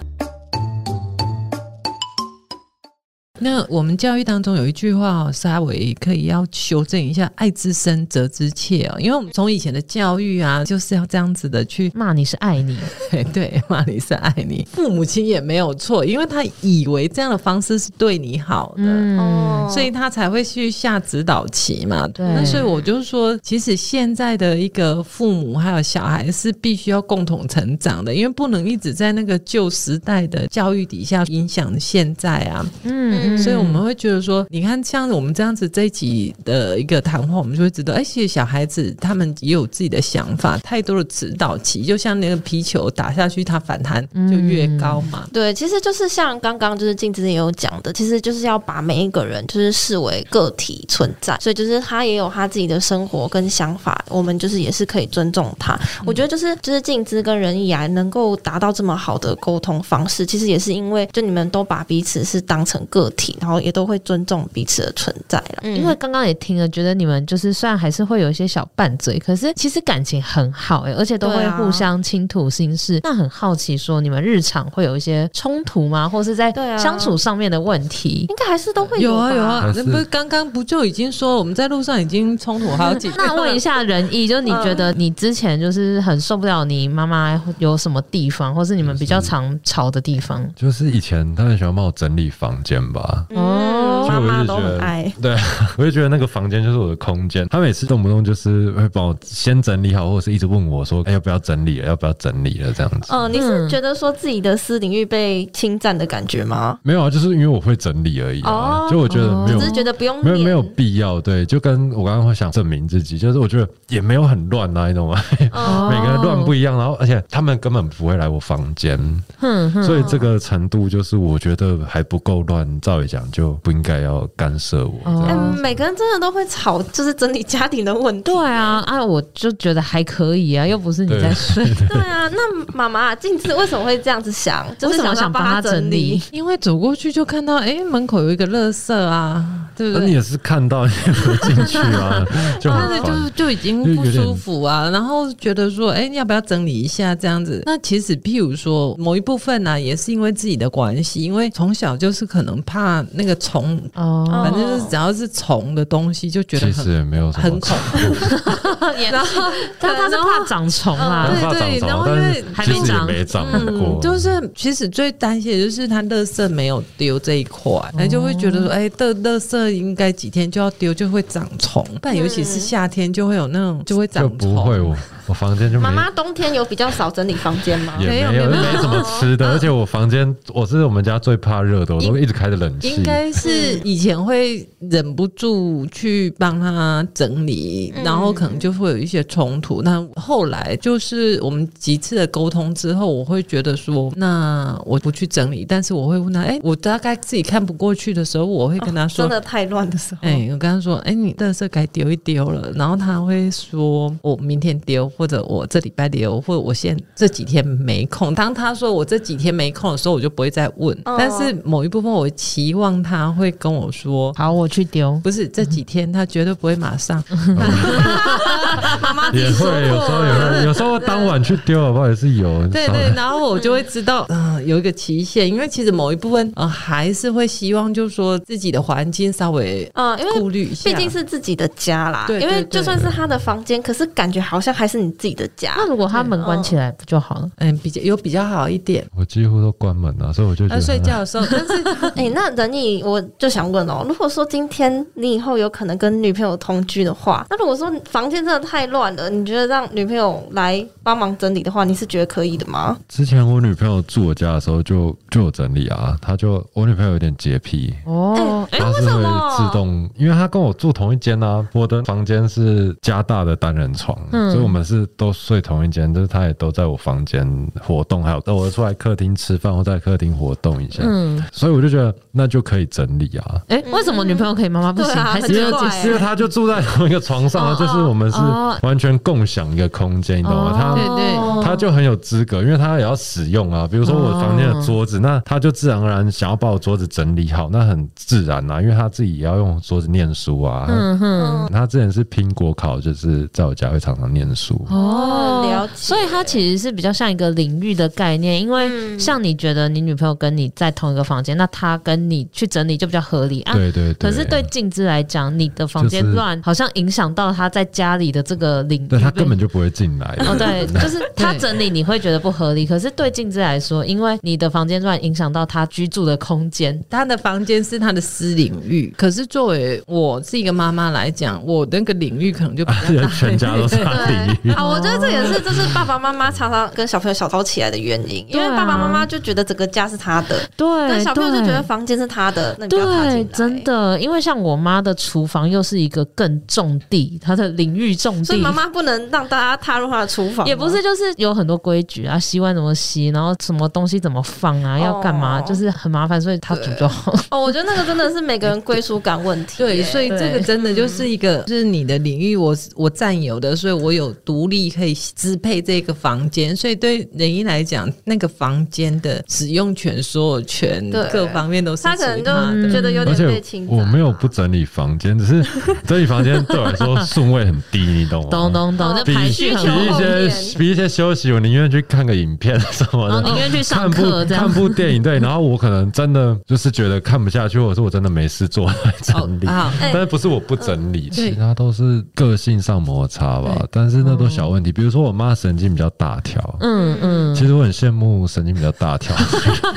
Speaker 3: 那我们教育当中有一句话、哦，稍微可以要修正一下：“爱之深，责之切”哦，因为我们从以前的教育啊，就是要这样子的 去
Speaker 1: 骂你是爱你，
Speaker 3: 对对，玛丽是爱你， 父母亲也没有错，因为他以为这样的方式是对你好的。
Speaker 1: 嗯，
Speaker 2: 哦
Speaker 3: 所以他才会去下指导棋嘛。
Speaker 1: 对
Speaker 3: 那所以我就说，其实现在的一个父母还有小孩是必须要共同成长的，因为不能一直在那个旧时代的教育底下影响现在啊。
Speaker 1: 嗯，嗯
Speaker 3: 所以我们会觉得说，你看像我们这样子这一集的一个谈话，我们就会知道，哎，其实小孩子他们也有自己的想法，太多的指导棋，就像那个皮球打下去，它反弹就越高嘛。
Speaker 2: 对，其实就是像刚刚就是静之也有讲的，其实就是要把每一个人就是视为个体存在，所以就是他也有他自己的生活跟想法，我们就是也是可以尊重他。我觉得就是就是静之跟仁义啊，能够达到这么好的沟通方式，其实也是因为就你们都把彼此是当成个体，然后也都会尊重彼此的存在了。
Speaker 1: 因
Speaker 2: 因
Speaker 1: 为
Speaker 2: 为
Speaker 1: 刚刚也听了，觉得你们就是虽然还是会有一些小拌嘴，可是其实感情很好哎、而且都
Speaker 2: 对
Speaker 1: 会
Speaker 2: 啊
Speaker 1: 互相倾吐心事。那很好奇，说你们日常会有一些冲突吗？或是在
Speaker 2: 对啊
Speaker 1: 相处上面的问题？
Speaker 2: 应该还是都会
Speaker 3: 有
Speaker 2: 吧
Speaker 3: 啊有啊
Speaker 4: 还，
Speaker 3: 那
Speaker 4: 是
Speaker 3: 不是刚刚不就已经说我们在路上已经冲突好 几次？
Speaker 1: 那问一下仁义，就是你觉得你之前就是很受不了你妈妈有什么地方，或是你们比较常吵的地方？
Speaker 4: 就是以前他很喜欢帮我整理房间吧，啊。
Speaker 1: 哦
Speaker 2: 哦，
Speaker 4: 所
Speaker 2: 妈
Speaker 4: 以我一
Speaker 2: 妈
Speaker 4: 直
Speaker 2: 都
Speaker 4: 觉
Speaker 2: 很
Speaker 4: 得
Speaker 2: 爱。
Speaker 4: 对，我就觉得那个房间就是我的空间。他每次动不动就是会帮我先整理好，或者是一直问我说：“哎、要不要整理了？要不要整理了？”这样子。
Speaker 2: 哦，你是觉得说自己的私领域被侵占的感觉吗？
Speaker 4: 没有啊，就是因为我会整理而已啊。
Speaker 2: 哦
Speaker 4: 就我觉得没有
Speaker 2: 只是觉得不用
Speaker 4: 没有没有
Speaker 2: 脸
Speaker 4: 必要，对，就跟我刚刚会想证明自己，就是我觉得也没有很乱啊，你懂吗？
Speaker 2: 哦
Speaker 4: 每个人乱不一样，然后而且他们根本不会来我房间，
Speaker 1: 哼哼，
Speaker 4: 所以这个程度就是我觉得还不够乱。照理讲就不应该要干涉我。
Speaker 1: 哦
Speaker 4: 这
Speaker 2: 哎、
Speaker 4: 样
Speaker 2: 每个人真的都会吵，就是整理家庭的问题
Speaker 1: 对。啊，啊，我就觉得还可以啊，又不是你在睡，
Speaker 2: 对啊，那妈妈镜子为什么会这样子想？就是
Speaker 1: 为什么
Speaker 2: 要
Speaker 1: 想
Speaker 2: 帮
Speaker 1: 帮她整
Speaker 2: 整
Speaker 1: 理？
Speaker 3: 因为走过去就看到，哎、门口有一个垃圾啊，对不
Speaker 4: 那
Speaker 3: 对？
Speaker 4: 你也是看到你也不进去啊，就
Speaker 3: 那个
Speaker 4: 很
Speaker 3: 就
Speaker 4: 烦。
Speaker 3: 就已经不舒服啊，然后觉得说，哎、要不要整理一下这样子？那其实，譬如说某一部分呢、也是因为自己的关系，因为从小就是可能怕那个虫，
Speaker 1: 哦，
Speaker 3: 反正就是只要是虫的东西，就觉得
Speaker 4: 其
Speaker 3: 很
Speaker 4: 实也没有什么
Speaker 3: 很恐怖。
Speaker 1: 然后他他是怕长虫啊啦，
Speaker 4: 很怕
Speaker 3: 对对
Speaker 4: 长
Speaker 3: 然
Speaker 4: 着
Speaker 3: 后因
Speaker 4: 但
Speaker 3: 为
Speaker 4: 是其实也没长过，
Speaker 3: 就是其实最担心的就是他垃圾没有丢这一块，那就会觉
Speaker 4: 哦
Speaker 3: 得说，哎、这垃圾应该几天就要丢，就会长虫。但尤其是夏天，就会有那种就会长
Speaker 4: 嗯就
Speaker 3: 虫。
Speaker 4: 不会我我房间就没
Speaker 2: 妈妈冬天有比较少整理房间吗？
Speaker 4: 也没有，
Speaker 3: 没啊有没有
Speaker 4: 没什么 吃的，而且我房间我是我们家最怕热的，我都一直开着冷气
Speaker 3: 应。该是以前会忍不住去帮他整理，
Speaker 2: 嗯
Speaker 3: 然后可能就会有一些冲突。那后来就是我们几次的沟通之后，我会觉得说，那我不去整理，但是我会问他，哎、我大概自己看不过去的时候，我会跟他说，
Speaker 2: 哦真的太乱的时候，
Speaker 3: 哎、我跟他说，哎、你垃圾该丢一丢了，然后他会说，我明天丢，或者我这礼拜丢，或者我现这几天没空。当他说我这几天没空的时候，我就不会再问。
Speaker 2: 哦
Speaker 3: 但是某一部分，我期望他会跟我说。
Speaker 1: 好，我去丢。
Speaker 3: 不是这几天，他绝对不会马上。
Speaker 2: 嗯妈妈自
Speaker 4: 也
Speaker 2: 己说
Speaker 4: 会有时候也
Speaker 2: 过。
Speaker 4: 会，有时候当晚去丢，好不好？也是有。
Speaker 3: 对对，然后我就会知道，嗯、有一个期限，因为其实某一部分，呃，还是会希望，就是说自己的环境稍微
Speaker 2: 嗯，因
Speaker 3: 顾
Speaker 2: 为
Speaker 3: 虑一下。
Speaker 2: 毕竟是自己的家啦，
Speaker 3: 对
Speaker 2: 因
Speaker 3: 对
Speaker 2: 为
Speaker 3: 对
Speaker 2: 就算是他的房间，可是感觉好像还是你自己的家。
Speaker 1: 那啊如果他门关起来不就好了？
Speaker 3: 嗯，比较有比较好一点。
Speaker 4: 我几乎都关门了，所以我就觉
Speaker 3: 他
Speaker 4: 得
Speaker 3: 呃睡觉 的时候，但是
Speaker 2: 哎、那仁义，我就想问哦，如果说今天你以后有可能跟女朋友同居的话，那如果说房间真的太乱了，你觉得让女朋友来帮忙整理的话，你是觉得可以的吗？
Speaker 4: 之前我女朋友住我家的时候就就有整理啊，她就我女朋友有点洁癖，
Speaker 2: 啊
Speaker 1: 哦，哎、
Speaker 4: 她是会自动，因为她跟我住同一间啊，我的房间是加大的单人床，
Speaker 1: 嗯
Speaker 4: 所以我们是都睡同一间，就是她也都在我房间活动，还有我出来客厅吃饭或在客厅活动一下，
Speaker 1: 嗯，
Speaker 4: 所以我就觉得那就可以整理啊。
Speaker 1: 哎、为什么女朋友可以，妈妈不行？
Speaker 2: 对啊
Speaker 1: 还
Speaker 2: 很
Speaker 1: 是
Speaker 2: 奇
Speaker 4: 因为
Speaker 2: 怪欸
Speaker 4: 因为他就住在同一个床上，
Speaker 2: 哦哦
Speaker 4: 啊，就是我们是
Speaker 1: 哦
Speaker 4: 完全共享一个空间，你懂吗？他
Speaker 3: 对对
Speaker 2: 哦
Speaker 4: 他就很有资格，因为他也要使用啊。比如说我房间的桌子，那他就自然而然想要把我桌子整理好，那很自然啊，因为他自己也要用桌子念书啊。
Speaker 1: 嗯哼，
Speaker 4: 他之前是拼国考，就是在我家会常常念书。
Speaker 2: 哦了解
Speaker 1: 所以它其实是比较像一个领域的概念，因为
Speaker 2: 嗯
Speaker 1: 像你觉得你女朋友跟你在同一个房间，那她跟你去整理就比较合理啊。
Speaker 4: 对对对。
Speaker 1: 可是对静之来讲，你的房间
Speaker 4: 就是
Speaker 1: 乱，好像影响到她在家里的这个领域。
Speaker 4: 对他根本就不会进来。
Speaker 1: 哦， 对，就是他
Speaker 3: 对
Speaker 1: 整理你会觉得不合理，可是对静之来说，因为你的房间乱影响到他居住的空间，
Speaker 3: 他的房间是他的私领域，可是作为我是一个妈妈来讲，我那个领域可能就比较 大，
Speaker 4: 全家都差领域
Speaker 2: 对，啊，我觉得这也是就是爸爸妈妈常常跟小朋友小吵起来的原因，因为
Speaker 1: 对啊
Speaker 2: 爸爸妈妈就觉得整个家是他的，但
Speaker 1: 对，
Speaker 2: 小朋友就觉得房间是他的，那你不要踏进来
Speaker 1: 对，真。的，因为像我妈的厨房又是一个更重地，她的领域重
Speaker 2: 所以
Speaker 1: 地。
Speaker 2: 妈妈不能让大家踏入她的厨房吗，
Speaker 1: 也不是，就是有很多规矩啊，洗碗怎么洗，然后什么东西怎么放啊，要干嘛，
Speaker 2: 哦
Speaker 1: 就是很麻烦，所以她煮就好。
Speaker 2: 哦。我觉得那个真的是每个人归属感问题耶。
Speaker 3: 对，所以这个
Speaker 1: 对
Speaker 3: 真的就是一个，就是你的领域我，我占有的，所以我有独立可以支配这个房间，所以对人一来讲，那个房间的使用权、所有权
Speaker 2: 对
Speaker 3: 各方面都是
Speaker 2: 他可
Speaker 3: 属于
Speaker 2: 能
Speaker 3: 他的
Speaker 1: 嗯
Speaker 2: 就觉得有
Speaker 4: 而
Speaker 2: 点被
Speaker 4: 且
Speaker 2: 侵占。
Speaker 4: 我没有不整理房间，只是整理房间对我来说顺位很低，你懂吗？
Speaker 1: 懂懂懂，
Speaker 2: 哦
Speaker 1: 那
Speaker 4: 比
Speaker 1: 排序
Speaker 2: 需
Speaker 1: 很
Speaker 2: 求
Speaker 4: 比一
Speaker 1: 好
Speaker 2: 后
Speaker 4: 些
Speaker 2: 面
Speaker 4: 比一些休息，我宁愿去看个影片啊什么
Speaker 1: 然后
Speaker 4: 的。
Speaker 1: 宁愿哦去上
Speaker 4: 看
Speaker 1: 课
Speaker 4: 部
Speaker 1: 这
Speaker 4: 看
Speaker 1: 样。
Speaker 4: 部电影，对，然后我可能真的就是觉得看不下去，或者是我真的没事做来整理，
Speaker 3: 哦啊，
Speaker 2: 哎
Speaker 4: 但是不是我不整理，
Speaker 3: 对
Speaker 4: 其他都是个性上摩擦吧
Speaker 3: 对，
Speaker 4: 但是那都小问题。比如说我妈神经比较大条，
Speaker 1: 嗯嗯，
Speaker 4: 其实我很羡慕神经比较大条，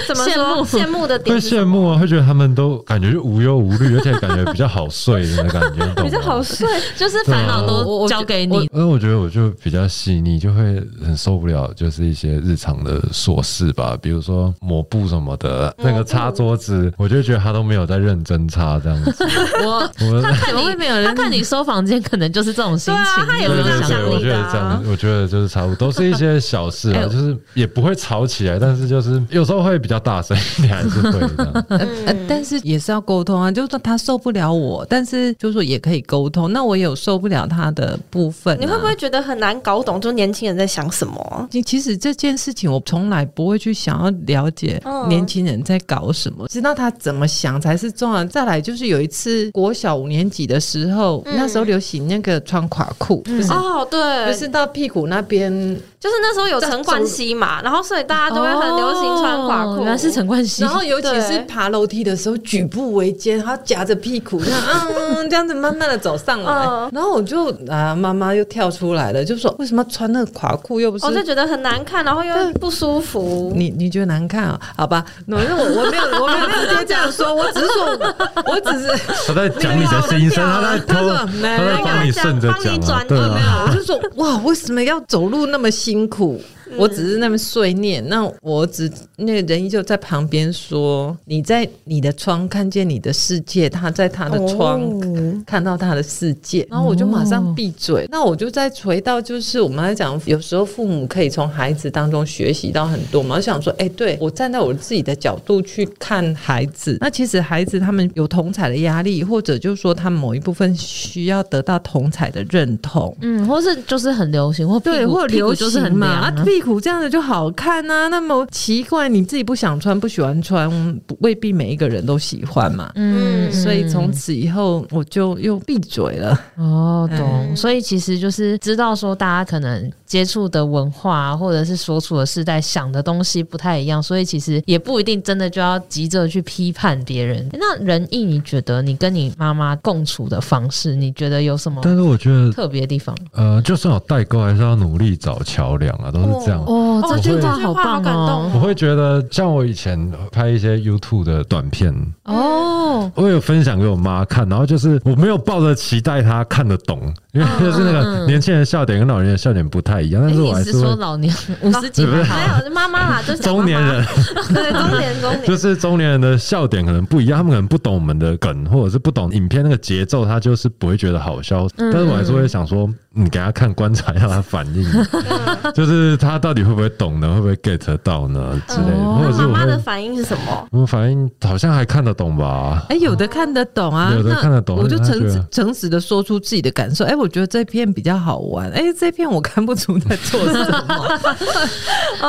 Speaker 2: 怎么说
Speaker 1: 羡
Speaker 2: 羡慕的
Speaker 4: 会
Speaker 2: 点是什
Speaker 4: 羡
Speaker 2: 么？
Speaker 4: 慕啊，会觉得他们都感觉就无忧无虑，而且感觉比较好睡的感 觉，你懂吗啊
Speaker 2: 比较好。睡，
Speaker 1: 就是烦恼
Speaker 2: 我
Speaker 1: 都
Speaker 2: 我
Speaker 1: 交给
Speaker 2: 我
Speaker 1: 你。
Speaker 4: 因为我觉得我就比较细腻，就会很受不了，就是一些日常的琐事吧，比如说抹布什么的，
Speaker 2: 嗯
Speaker 4: 那个擦桌子，我就觉得他都没有在认真擦这样 子。
Speaker 1: 我
Speaker 4: 我
Speaker 1: 他看
Speaker 2: 怎么
Speaker 1: 你
Speaker 2: 会没有人
Speaker 1: 他看你收房间，可能就是这种心情。
Speaker 2: 对啊他也
Speaker 1: 有
Speaker 2: 是
Speaker 1: 没有
Speaker 2: 这样
Speaker 1: 想
Speaker 2: 想
Speaker 4: 对，
Speaker 2: 的
Speaker 4: 我觉得
Speaker 2: 啊
Speaker 4: 这样，我觉得就是差不多，都是一些小事
Speaker 1: 哎
Speaker 4: 啊，就是也不会吵起来，但是就是有时候会比较大声一点，还是会的。
Speaker 2: 嗯
Speaker 3: 呃，但是也是要沟通啊，就是说他受不了我，但是就是说也可以沟通。那我也有受不了他的部分、啊
Speaker 2: 你会不会？觉得很难搞懂，就年轻人在想什么啊？
Speaker 3: 其其实这件事情，我从来不会去想要了解
Speaker 2: 嗯
Speaker 3: 年轻人在搞什么，知道他怎么想才是重要。再来就是有一次国小五年级的时候，
Speaker 2: 嗯
Speaker 3: 那时候流行那个穿垮裤，就是、
Speaker 2: 哦，对，
Speaker 3: 就是到屁股那边，
Speaker 2: 就是那时候有陈冠希嘛，然后所以大家都会很流行穿垮裤，
Speaker 1: 哦原来是陈冠希。
Speaker 3: 然后尤其是
Speaker 2: 对
Speaker 3: 爬楼梯的时候举步维艰，然后夹着屁股这样， 嗯，这样子慢慢的走上来，
Speaker 2: 嗯
Speaker 3: 然后我就啊，妈妈又跳出来了，就说为什么穿那个垮裤又不是
Speaker 2: 哦我就觉得很难看，然后又不舒服。
Speaker 3: 你你觉得难看啊？好吧，那我我没有我没有直接这样说，我只是说我，我只是
Speaker 4: 他在讲你的心声，他在偷，
Speaker 3: 他说
Speaker 4: 他
Speaker 3: 没有
Speaker 4: 在帮你顺着讲啊，
Speaker 2: 帮
Speaker 4: 对
Speaker 2: 你转移哦
Speaker 4: 啊。
Speaker 3: 我就说哇，为什么要走路那么辛苦？我只是那么碎念，那我只那个人就在旁边说：“你在你的窗看见你的世界，他在他的窗、
Speaker 2: 哦
Speaker 3: 看到他的世界。”然后我就马上闭嘴。那我就再回到就是我们在讲，有时候父母可以从孩子当中学习到很多嘛。我想说，哎、对我站在我自己的角度去看孩子，那其实孩子他们有同彩的压力，或者就是说他某一部分需要得到同彩的认同。
Speaker 1: 嗯，或是就是很流行，或屁股
Speaker 3: 对，或者
Speaker 1: 屁股
Speaker 3: 流
Speaker 1: 就是很
Speaker 3: 行嘛，
Speaker 1: 凉
Speaker 3: 啊，
Speaker 1: 啊。
Speaker 3: 屁股这样子就好看啊。那么奇怪，你自己不想穿、不喜欢穿，不未必每一个人都喜欢嘛。
Speaker 2: 嗯
Speaker 3: 所以从此以后，我就又闭嘴了。
Speaker 1: 哦，懂。
Speaker 2: 嗯
Speaker 1: 所以其实就是知道说，大家可能接触的文化啊或者是所处的世代想的东西不太一样，所以其实也不一定真的就要急着去批判别人。那仁义，你觉得你跟你妈妈共处的方式，你觉得有什么
Speaker 4: 但是我觉得，
Speaker 1: 特别的地方？
Speaker 4: 呃，就算有代沟，还是要努力找桥梁啊，都是这样。
Speaker 1: 哦
Speaker 2: 这
Speaker 4: 句
Speaker 2: 话好棒哦
Speaker 4: 我会觉得，像我以前拍一些 YouTube 的短片，
Speaker 1: 哦，
Speaker 4: 我有分享给我妈看，然后就是我没有抱着期待她看得懂，因为就是那
Speaker 1: 嗯嗯
Speaker 4: 个年轻人笑点跟老年人笑点不太一样，但
Speaker 1: 哎
Speaker 4: 是我
Speaker 1: 你
Speaker 4: 还
Speaker 1: 是
Speaker 4: 会
Speaker 1: 说老年五 十几
Speaker 4: 不是
Speaker 1: 还
Speaker 2: 没
Speaker 1: 好？
Speaker 2: 有，就妈妈啦，就是讲妈
Speaker 4: 中
Speaker 2: 妈
Speaker 4: 年人，
Speaker 2: 对中年中
Speaker 4: 就
Speaker 2: 年。
Speaker 4: 是中年人的笑点可能不一样，他们可能不懂我们的梗，或者是不懂影片那个节奏，他就是不会觉得好笑。但是我还是会想说，嗯你给他看观察，让他反应，就是他到底会不会懂呢？会不会 get 到呢之类的，
Speaker 3: 哦
Speaker 4: 或者
Speaker 2: 那嗯
Speaker 4: 是
Speaker 2: 妈
Speaker 4: 我
Speaker 2: 妈的
Speaker 4: 会。
Speaker 2: 反应是什么？
Speaker 4: 我反应好像还看得懂吧？
Speaker 3: 哎、有的看得懂啊，
Speaker 4: 有的
Speaker 3: 那
Speaker 4: 看得懂
Speaker 3: 我就
Speaker 4: 但是他
Speaker 3: 诚
Speaker 4: 觉
Speaker 3: 实
Speaker 4: 得
Speaker 3: 诚实的说出自己的感受。哎、我觉得这片比较好玩。哎、这片我看不出在做什 么。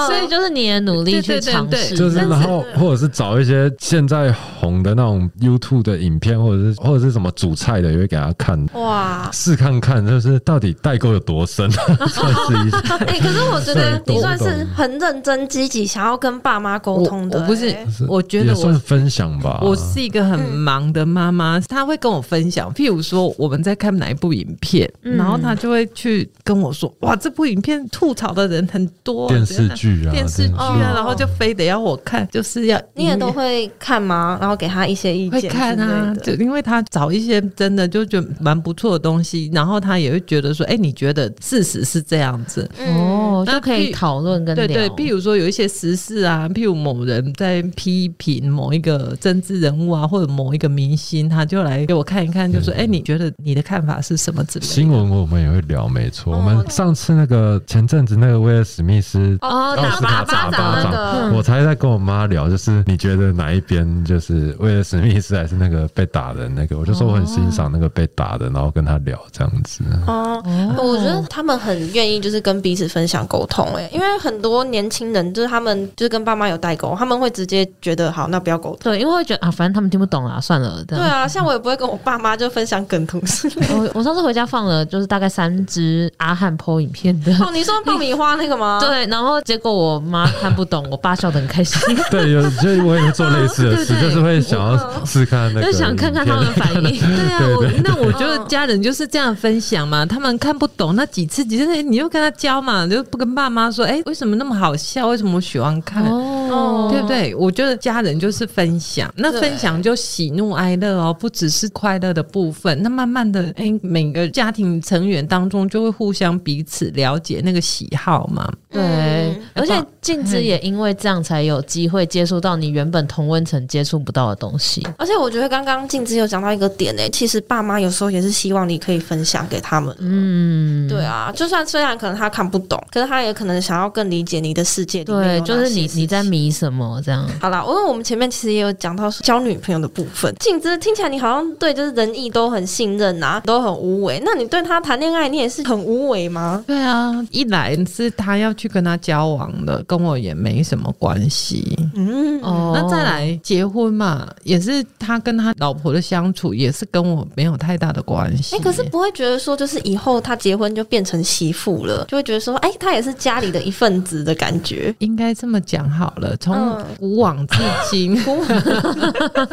Speaker 1: 所以就是你也努力去
Speaker 3: 对对对
Speaker 1: 尝
Speaker 3: 对
Speaker 1: 试，
Speaker 4: 就是，
Speaker 1: 但
Speaker 4: 然后或者是找一些现在红的那种 YouTube 的影片，或者是或者是什么煮菜的，也会给他看，
Speaker 2: 嗯哇！
Speaker 4: 试看看，就是到底代沟有多深，算是一下。
Speaker 2: 哎、可是我觉 得
Speaker 4: 对
Speaker 2: 你算
Speaker 4: 懂
Speaker 2: 是
Speaker 4: 懂
Speaker 2: 很认真积极，想要跟爸妈沟
Speaker 3: 我
Speaker 2: 通的、
Speaker 3: 我不是
Speaker 2: 哎，
Speaker 3: 我觉
Speaker 4: 也
Speaker 3: 得
Speaker 4: 算
Speaker 3: 我。
Speaker 4: 分享吧。
Speaker 3: 我是一个很忙的妈妈，她会跟我分享，譬如说我们在看哪一部影片，
Speaker 1: 嗯
Speaker 3: 然后她就会去跟我说：“哇，这部影片吐槽哦的人很多、
Speaker 4: 电视、剧啊，
Speaker 3: 电视剧
Speaker 2: 电视
Speaker 3: 啊，
Speaker 2: 剧
Speaker 3: 然后就非得要我看，就是要
Speaker 2: 你也都会看吗？然后给他一些意
Speaker 3: 会
Speaker 2: 见之类的，
Speaker 3: 看啊，就因为他找一些真的就觉得蛮不错的东西，然后他也会觉得说，哎、你觉得事实是这样子。
Speaker 2: 嗯
Speaker 1: 哦，就
Speaker 3: 嗯那
Speaker 1: 可以
Speaker 3: 譬
Speaker 1: 讨论跟聊。
Speaker 3: 对对，譬如说有一些时事啊，譬如某人在批评某一个政治人物啊，或者某一个明星，他就来给我看一看，就说：“哎、你觉得你的看法是什么之类的？”
Speaker 4: 嗯新闻我们也会聊，没错。
Speaker 2: 哦
Speaker 4: 我们上次那个前阵子那个威尔史密斯，
Speaker 2: 哦，
Speaker 4: 奥
Speaker 2: 打
Speaker 4: 斯
Speaker 2: 巴
Speaker 4: 卡
Speaker 2: 掌
Speaker 4: 打巴
Speaker 2: 那
Speaker 4: 掌
Speaker 3: 哦
Speaker 2: 个，
Speaker 4: 我才在跟我妈聊，就是你觉得哪一边就是威尔史密斯还是那个被打的那个？我就说我很欣赏那个被打的，然后跟他聊这样子。
Speaker 2: 哦，我觉得他们很愿意，就是跟彼此分享沟通、欸。因为很多年轻人就是他们就是跟爸妈有代沟，他们会直接觉得好，那不要沟通。
Speaker 1: 对，因为会觉得啊，反正他们听不懂啊，算了。这
Speaker 2: 对
Speaker 1: 样
Speaker 2: 啊，像我也不会跟我爸妈就分享梗图 之类的。
Speaker 1: 我我上次回家放了，就是大概三支阿汉剖影片 的。
Speaker 2: 哦，你说爆米花那个
Speaker 3: 啊
Speaker 2: 吗？，
Speaker 1: 对，然后结果我妈看不懂，我爸笑得很开 心，
Speaker 4: 对，有就是我也会做类似的事，
Speaker 1: 对对
Speaker 4: 就是会想要试看那个，
Speaker 1: 就想看看他们的反。应。
Speaker 3: 对啊，
Speaker 4: 对
Speaker 3: 我
Speaker 4: 对
Speaker 3: 那我觉得家人就是这样分享嘛，他们看不懂那几次，几次你就跟他教嘛，你就不跟爸妈说，哎、为什么那么好笑？为什么我喜欢看？
Speaker 1: 哦
Speaker 3: 对不？对？我觉得家人就是分享，那
Speaker 2: 对
Speaker 3: 分享就喜怒哀乐哦，不只是快乐的部分。那慢慢的，哎，每个家庭成员当中就会互相彼此了解那个喜好嘛。
Speaker 1: 对
Speaker 2: 嗯，
Speaker 1: 而且镜子也因为这样才有机会接触到你原本同温层接触不到的东西。
Speaker 2: 而且我觉得刚刚静之有讲到一个点呢、其实爸妈有时候也是希望你可以分享给他们。
Speaker 1: 嗯，
Speaker 2: 对啊，就算虽然可能他看不懂，可是他也可能想要更理解你的世界里面有
Speaker 1: 对，
Speaker 2: 哪
Speaker 1: 就是你
Speaker 2: 些事
Speaker 1: 你在
Speaker 2: 情
Speaker 1: 迷什么这样？
Speaker 2: 好啦，因为我们前面其实也有讲到交女朋友的部分，静之听起来你好像对就是仁义都很信任啊，都很无为。那你对他谈恋爱，你也是很无为吗？
Speaker 3: 对啊，一来是他要去跟他交往了，跟我也没什么关系。
Speaker 2: 嗯，
Speaker 1: 哦
Speaker 3: 那再来结婚嘛，也是他跟他老婆的相处，也是跟我没有太大的关系。
Speaker 2: 哎、可是不会觉得说就是以后他结婚就变成媳妇了，就会觉得说，哎、他也是家里的一份子的感觉。
Speaker 3: 应该这么讲好了，从
Speaker 2: 嗯
Speaker 3: 古往至 今，
Speaker 2: 嗯，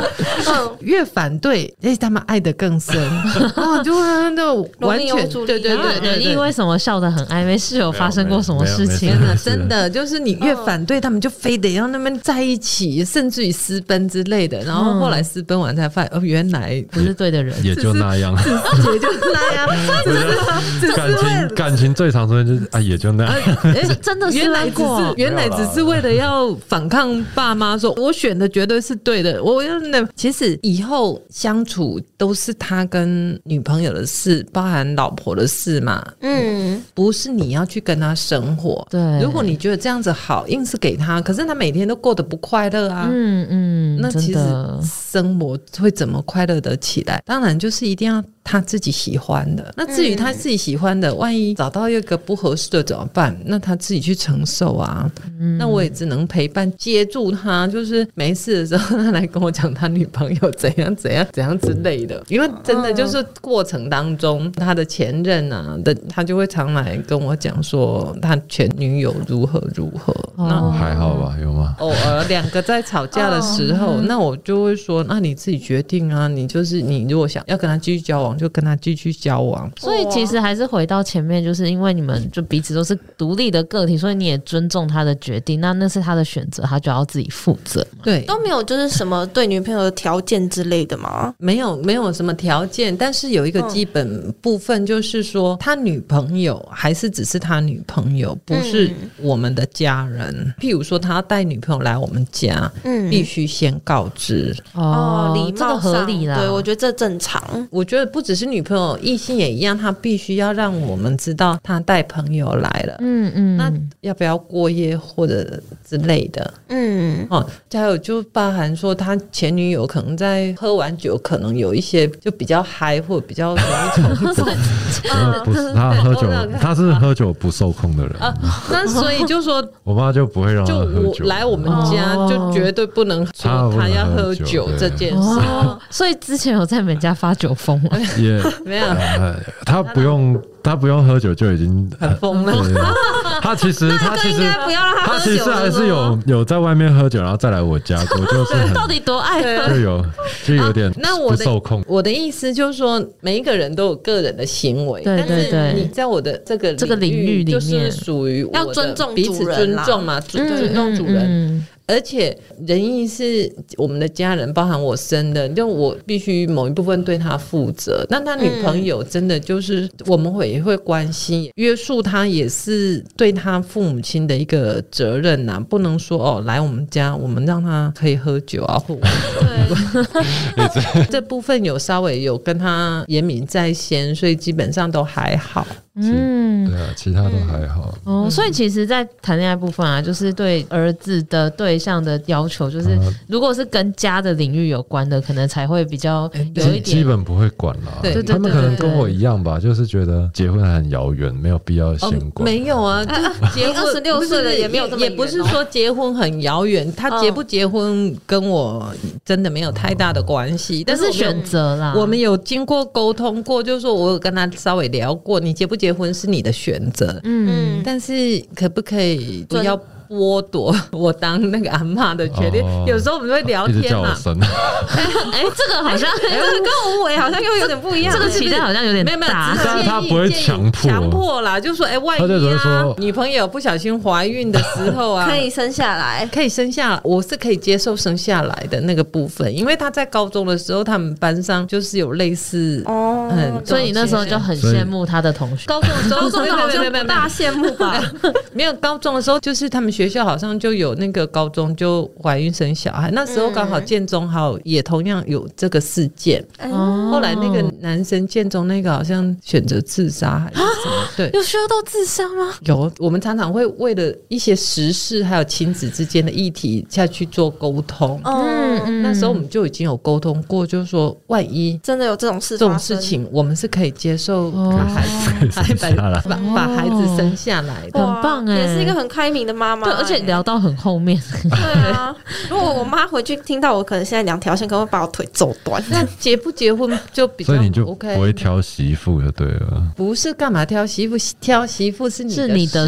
Speaker 3: 越反对，哎、他们爱的 更深啊，就那种
Speaker 2: 罗
Speaker 3: 完
Speaker 2: 密欧
Speaker 3: 全
Speaker 2: 朱丽
Speaker 3: 对对
Speaker 2: 叶
Speaker 3: 对
Speaker 1: 仁
Speaker 3: 对
Speaker 1: 义
Speaker 3: 对。
Speaker 1: 啊为什么笑得很暧昧？是有发生过什么事情
Speaker 4: 没有？没有
Speaker 3: 真的，真的就是啊你越反对，他们就非得要那么在一起，甚至于私奔之类的。然后后来私奔完才发现，哦，原 来
Speaker 1: 不是对的人，
Speaker 4: 也就那样。啊
Speaker 3: 也就是那
Speaker 1: 啊
Speaker 3: 样，只是
Speaker 4: 感
Speaker 3: 为
Speaker 4: 情感情最常出现就是啊，也就那样。
Speaker 3: 哎
Speaker 1: 真的是
Speaker 3: 原来
Speaker 1: 来
Speaker 3: 只
Speaker 1: 过
Speaker 3: 是原来只是为了要反抗爸妈，说我选的绝对是对的。我要那其实以后相处都是他跟女朋友的事，包含老婆的事嘛。
Speaker 2: 嗯，
Speaker 3: 不是你要去跟他生活。
Speaker 1: 对
Speaker 3: 如果你觉得这样子好，硬是给他，可是他每天都过得不快乐啊。
Speaker 1: 嗯嗯，
Speaker 3: 那
Speaker 1: 真
Speaker 3: 其实
Speaker 1: 的
Speaker 3: 生活会怎么快乐的起来？当然就是一定要他自己喜欢的。那至于他自己喜欢的，万一找到一个不合适的怎么办？那他自己去承受啊。
Speaker 1: 嗯
Speaker 3: 那我也只能陪伴接住他，就是没事的时候他来跟我讲他女朋友怎样怎样怎样之类的。因为真的就是过程当中，他的前任啊的，他就会常来跟我讲说他前女友如何如何。那
Speaker 1: 哦
Speaker 4: 还好吧，有吗？
Speaker 3: 偶尔两个在吵架的时
Speaker 2: 哦
Speaker 3: 候，
Speaker 2: 嗯
Speaker 3: 那我就会说，那你自己决定啊，你就是你如果想要跟他继续交往，就跟他继续交往。
Speaker 1: 所以其实还是回到前面，就是因为你们就彼此都是独立的个体，所以你也尊重他的决定，那那是他的选择，他就要自己负责。
Speaker 3: 对，
Speaker 2: 嗯都没有就是什么对女朋友的条件之类的吗？
Speaker 3: 没有没有什么条件，但是有一个基本部分，就是说、他女朋友还是只是他女朋友，不是
Speaker 2: 嗯
Speaker 3: 我们的家人。譬如说，他要带女朋友来我们家，
Speaker 2: 嗯，
Speaker 3: 必须先告知。
Speaker 2: 哦，礼
Speaker 1: 这个
Speaker 2: 貌
Speaker 1: 合
Speaker 2: 上
Speaker 1: 理啦。
Speaker 2: 对我觉得这正常。
Speaker 3: 我觉得不只是女朋友，异性也一样，他必须要让我们知道他带朋友来了。
Speaker 1: 嗯嗯，
Speaker 3: 那要不要过夜或者之类的
Speaker 2: 嗯，
Speaker 3: 哦？还有就包含说，他前女友可能在喝完酒，可能有一些就比较嗨或比较容易冲动
Speaker 4: 我不是他喝酒
Speaker 3: 我没有，看
Speaker 4: 他是喝酒不受控的人。
Speaker 3: 啊。那所以就说，
Speaker 4: 我妈就不会让他
Speaker 3: 就
Speaker 4: 喝
Speaker 3: 我
Speaker 4: 酒。
Speaker 3: 来我们家
Speaker 1: 哦
Speaker 3: 就绝对不能说他要喝酒这件事，
Speaker 1: 哦，所以之前有在你们家发酒疯吗？
Speaker 4: 也
Speaker 3: 没有
Speaker 4: 呃，他不用他不用喝酒就已经呃
Speaker 3: 很疯了。
Speaker 4: 对他 其实他其实
Speaker 2: 不要让他
Speaker 4: 他其实还是有有在外面喝酒，然后再来我 家，我就是
Speaker 1: 到
Speaker 4: 很
Speaker 1: 底多爱喝？
Speaker 4: 就有就有点
Speaker 3: 啊那我
Speaker 4: 不
Speaker 3: 的
Speaker 4: 受控。
Speaker 3: 我的意思就是说，每一个人都有个人的行为，
Speaker 1: 对对
Speaker 3: 但
Speaker 1: 对
Speaker 3: 是你在我的这个
Speaker 1: 这个领域
Speaker 3: 域
Speaker 1: 里面
Speaker 3: 就是属于我的
Speaker 2: 要尊重
Speaker 3: 彼此
Speaker 2: 主人
Speaker 3: 尊
Speaker 2: 啦
Speaker 3: 重嘛，
Speaker 1: 嗯
Speaker 3: 尊尊重主人。
Speaker 1: 人，
Speaker 3: 而且仁义是我们的家人，包含我生的，就我必须某一部分对他负责。那他女朋友真的就是我们会也会关心约束他，也是对他父母亲的一个责任呐、不能说哦来我们家，我们让他可以喝酒啊，或
Speaker 2: 对，
Speaker 3: 这部分有稍微有跟他严明在先，所以基本上都还好。
Speaker 1: 嗯。
Speaker 4: 对啊，其他都还好。
Speaker 3: 嗯
Speaker 1: 哦，所以其实，在谈恋爱部分啊，就是对儿子的对象的要求，就是
Speaker 4: 呃
Speaker 1: 如果是跟家的领域有关的，可能才会比较
Speaker 3: 嗯
Speaker 1: 有一
Speaker 4: 基基
Speaker 1: 点
Speaker 4: 本不会管啦
Speaker 3: 对对，
Speaker 1: 对
Speaker 4: 他
Speaker 1: 对
Speaker 4: 们可能
Speaker 1: 对
Speaker 4: 跟我一样吧，就是觉得结婚还很遥远，没有必要
Speaker 3: 哦
Speaker 4: 先，管。
Speaker 3: 没有啊，就结婚
Speaker 2: 26岁了
Speaker 3: 不是
Speaker 2: 也没有这么
Speaker 3: 也
Speaker 2: 远哦
Speaker 3: 不是说结婚很遥远，他结不结婚跟我真的没有太大的关
Speaker 2: 嗯
Speaker 3: 系，但
Speaker 1: 但
Speaker 3: 是
Speaker 1: 是
Speaker 3: 我们有
Speaker 1: 选择
Speaker 2: 啊
Speaker 1: 啦。
Speaker 3: 我们有经过沟通过，就是说我有跟他稍微聊过，你结不结婚是你的选择，
Speaker 1: 嗯
Speaker 2: 嗯，
Speaker 3: 但是可不可以不要剥夺我当那个阿嬷的权利。
Speaker 4: 哦
Speaker 3: 有时候我们会聊
Speaker 4: 一直
Speaker 3: 天啊
Speaker 4: 叫我
Speaker 3: 嘛，
Speaker 4: 神，
Speaker 1: 哎、这个好 像、
Speaker 2: 这个跟无
Speaker 3: 啊
Speaker 2: 为好像又有点不一样。
Speaker 1: 这个期待好像有点
Speaker 3: 没有没有，
Speaker 1: 大
Speaker 3: 只。是
Speaker 4: 但是他
Speaker 3: 建议
Speaker 4: 不会
Speaker 3: 建议
Speaker 4: 强迫
Speaker 3: 强迫啦，就说哎、万
Speaker 4: 他就只
Speaker 3: 一
Speaker 4: 会
Speaker 3: 啊
Speaker 4: 说，
Speaker 3: 女朋友不小心怀孕的时候 啊，
Speaker 2: 可以生下来，
Speaker 3: 可以生下来，我是可以接受生下来的那个部分，因为他在高中的时候，他们班上就是有类似
Speaker 2: 哦
Speaker 3: 嗯，
Speaker 1: 所以你那时候就很羡慕他的同学，
Speaker 3: 高中的时候，
Speaker 2: 高中的好像
Speaker 3: 没有没有没有
Speaker 2: 不大羡慕吧？
Speaker 3: 没有高中的时候，就是他们学校好像就有那个高中就怀孕生小孩，那时候刚好建中好也同样有这个事件，
Speaker 2: 哎
Speaker 1: 哦
Speaker 3: 后来那个男生建中那个好像选择自杀还是什么，对。
Speaker 1: 有需要到智商吗？
Speaker 3: 有，我们常常会为了一些时事还有亲子之间的议题下去做沟通。
Speaker 2: 嗯，
Speaker 1: 嗯
Speaker 3: 那时候我们就已经有沟通过，就是说，万一
Speaker 2: 真的有这种事
Speaker 3: 这种
Speaker 2: 发
Speaker 3: 事
Speaker 2: 生，
Speaker 3: 情，我们是可以接受
Speaker 1: 哦
Speaker 3: 把孩子、
Speaker 4: 可以
Speaker 3: 把
Speaker 4: 生下 来。
Speaker 3: 把把孩子生下来的。
Speaker 2: 哇
Speaker 1: 很棒哎
Speaker 2: 也是一个很开明的妈妈
Speaker 1: 对，
Speaker 2: 哎，
Speaker 1: 而且聊到很后 面，
Speaker 2: 对啊。 如果我妈回去听到我，可能现在两条线，可能会把我腿揍断。
Speaker 3: 那结不结婚就比较
Speaker 4: 所以你就不
Speaker 3: OK，
Speaker 4: 会挑媳妇就对了。
Speaker 3: 不是干嘛挑媳妇，挑媳妇是你
Speaker 1: 是你的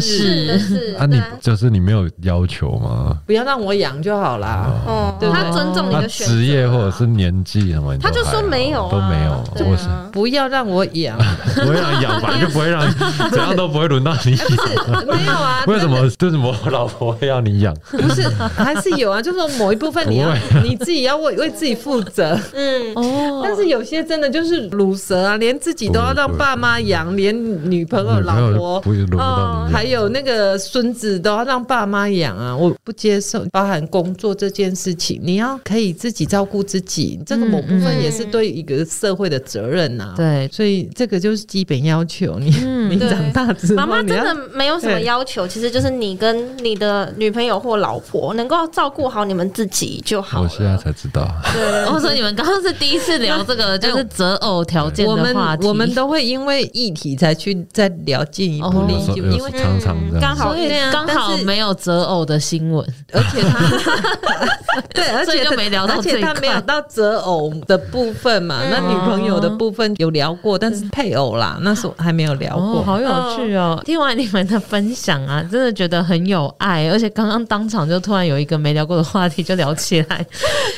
Speaker 1: 事。
Speaker 3: 事，
Speaker 2: 是
Speaker 4: 啊，你就是你没有要求吗？
Speaker 3: 不要让我养就好啦。
Speaker 2: 哦，
Speaker 3: 对不对
Speaker 2: 他尊重你
Speaker 4: 那
Speaker 2: 的选择啊
Speaker 4: 职业或者是年纪什么，你都
Speaker 2: 他就说
Speaker 4: 还好
Speaker 2: 没有啊，
Speaker 4: 都没有，
Speaker 2: 对
Speaker 4: 我是
Speaker 2: 啊，
Speaker 3: 不要让我养，
Speaker 4: 不会让你养吧，就不会让你 怎样都不会轮到你养。
Speaker 3: 没有啊？
Speaker 4: 为什么？为什么我老婆会要你养？
Speaker 3: 不是，还是有啊，就是说某一部分你要你自己要为为自己负责。
Speaker 2: 嗯，
Speaker 1: 哦
Speaker 3: 但是有些真的就是乳蛇啊，连自己都要让爸妈养，连女朋友、
Speaker 4: 女朋
Speaker 3: 老
Speaker 4: 友
Speaker 2: 嗯
Speaker 3: 婆
Speaker 4: 就不会轮不到
Speaker 3: 哦，
Speaker 4: 你养
Speaker 3: 还。有那个孙子都要让爸妈养啊，我不接受。包含工作这件事情，你要可以自己照顾自己，这个某部分也是对一个社会的责任呐、啊。
Speaker 1: 对
Speaker 3: 所以这个就是基本要求。你、 你
Speaker 2: 嗯对
Speaker 3: 长大之后，
Speaker 2: 妈妈真
Speaker 3: 你
Speaker 4: 啊
Speaker 3: 要
Speaker 2: 的没有什么要
Speaker 4: 哎
Speaker 2: 求，其实就是你跟你的女朋友或老婆能够照顾好你们自己就好
Speaker 4: 我现在
Speaker 2: 了。
Speaker 4: 才知道，
Speaker 1: 我说哦你们刚刚是第一次聊这个，就是择偶条件
Speaker 3: 我
Speaker 1: 的
Speaker 3: 们
Speaker 1: 话题，
Speaker 3: 我们都会因为议题才去再聊进一步
Speaker 1: 哦
Speaker 3: 另
Speaker 4: 有时候
Speaker 3: 一步，
Speaker 4: 有
Speaker 3: 因
Speaker 4: 时
Speaker 3: 为
Speaker 4: 候常常这
Speaker 2: 嗯
Speaker 4: 样
Speaker 2: 刚好
Speaker 4: 子
Speaker 3: 对啊
Speaker 1: 刚好
Speaker 3: 但是
Speaker 1: 没有择偶的新闻，
Speaker 3: 而 且他对，而
Speaker 1: 所以
Speaker 3: 且
Speaker 1: 就
Speaker 3: 他
Speaker 1: 没聊到
Speaker 3: 而
Speaker 1: 这
Speaker 3: 且
Speaker 1: 一
Speaker 3: 他
Speaker 1: 块嗯
Speaker 3: 没有到择偶的部分嘛，那女朋友的部分有聊过，但是配偶啦，那时候还没有聊过。
Speaker 1: 哦好有趣哦！听完你们的分享啊，真的觉得很有爱，而且刚刚当场就突然有一个没聊过的话题就聊起来。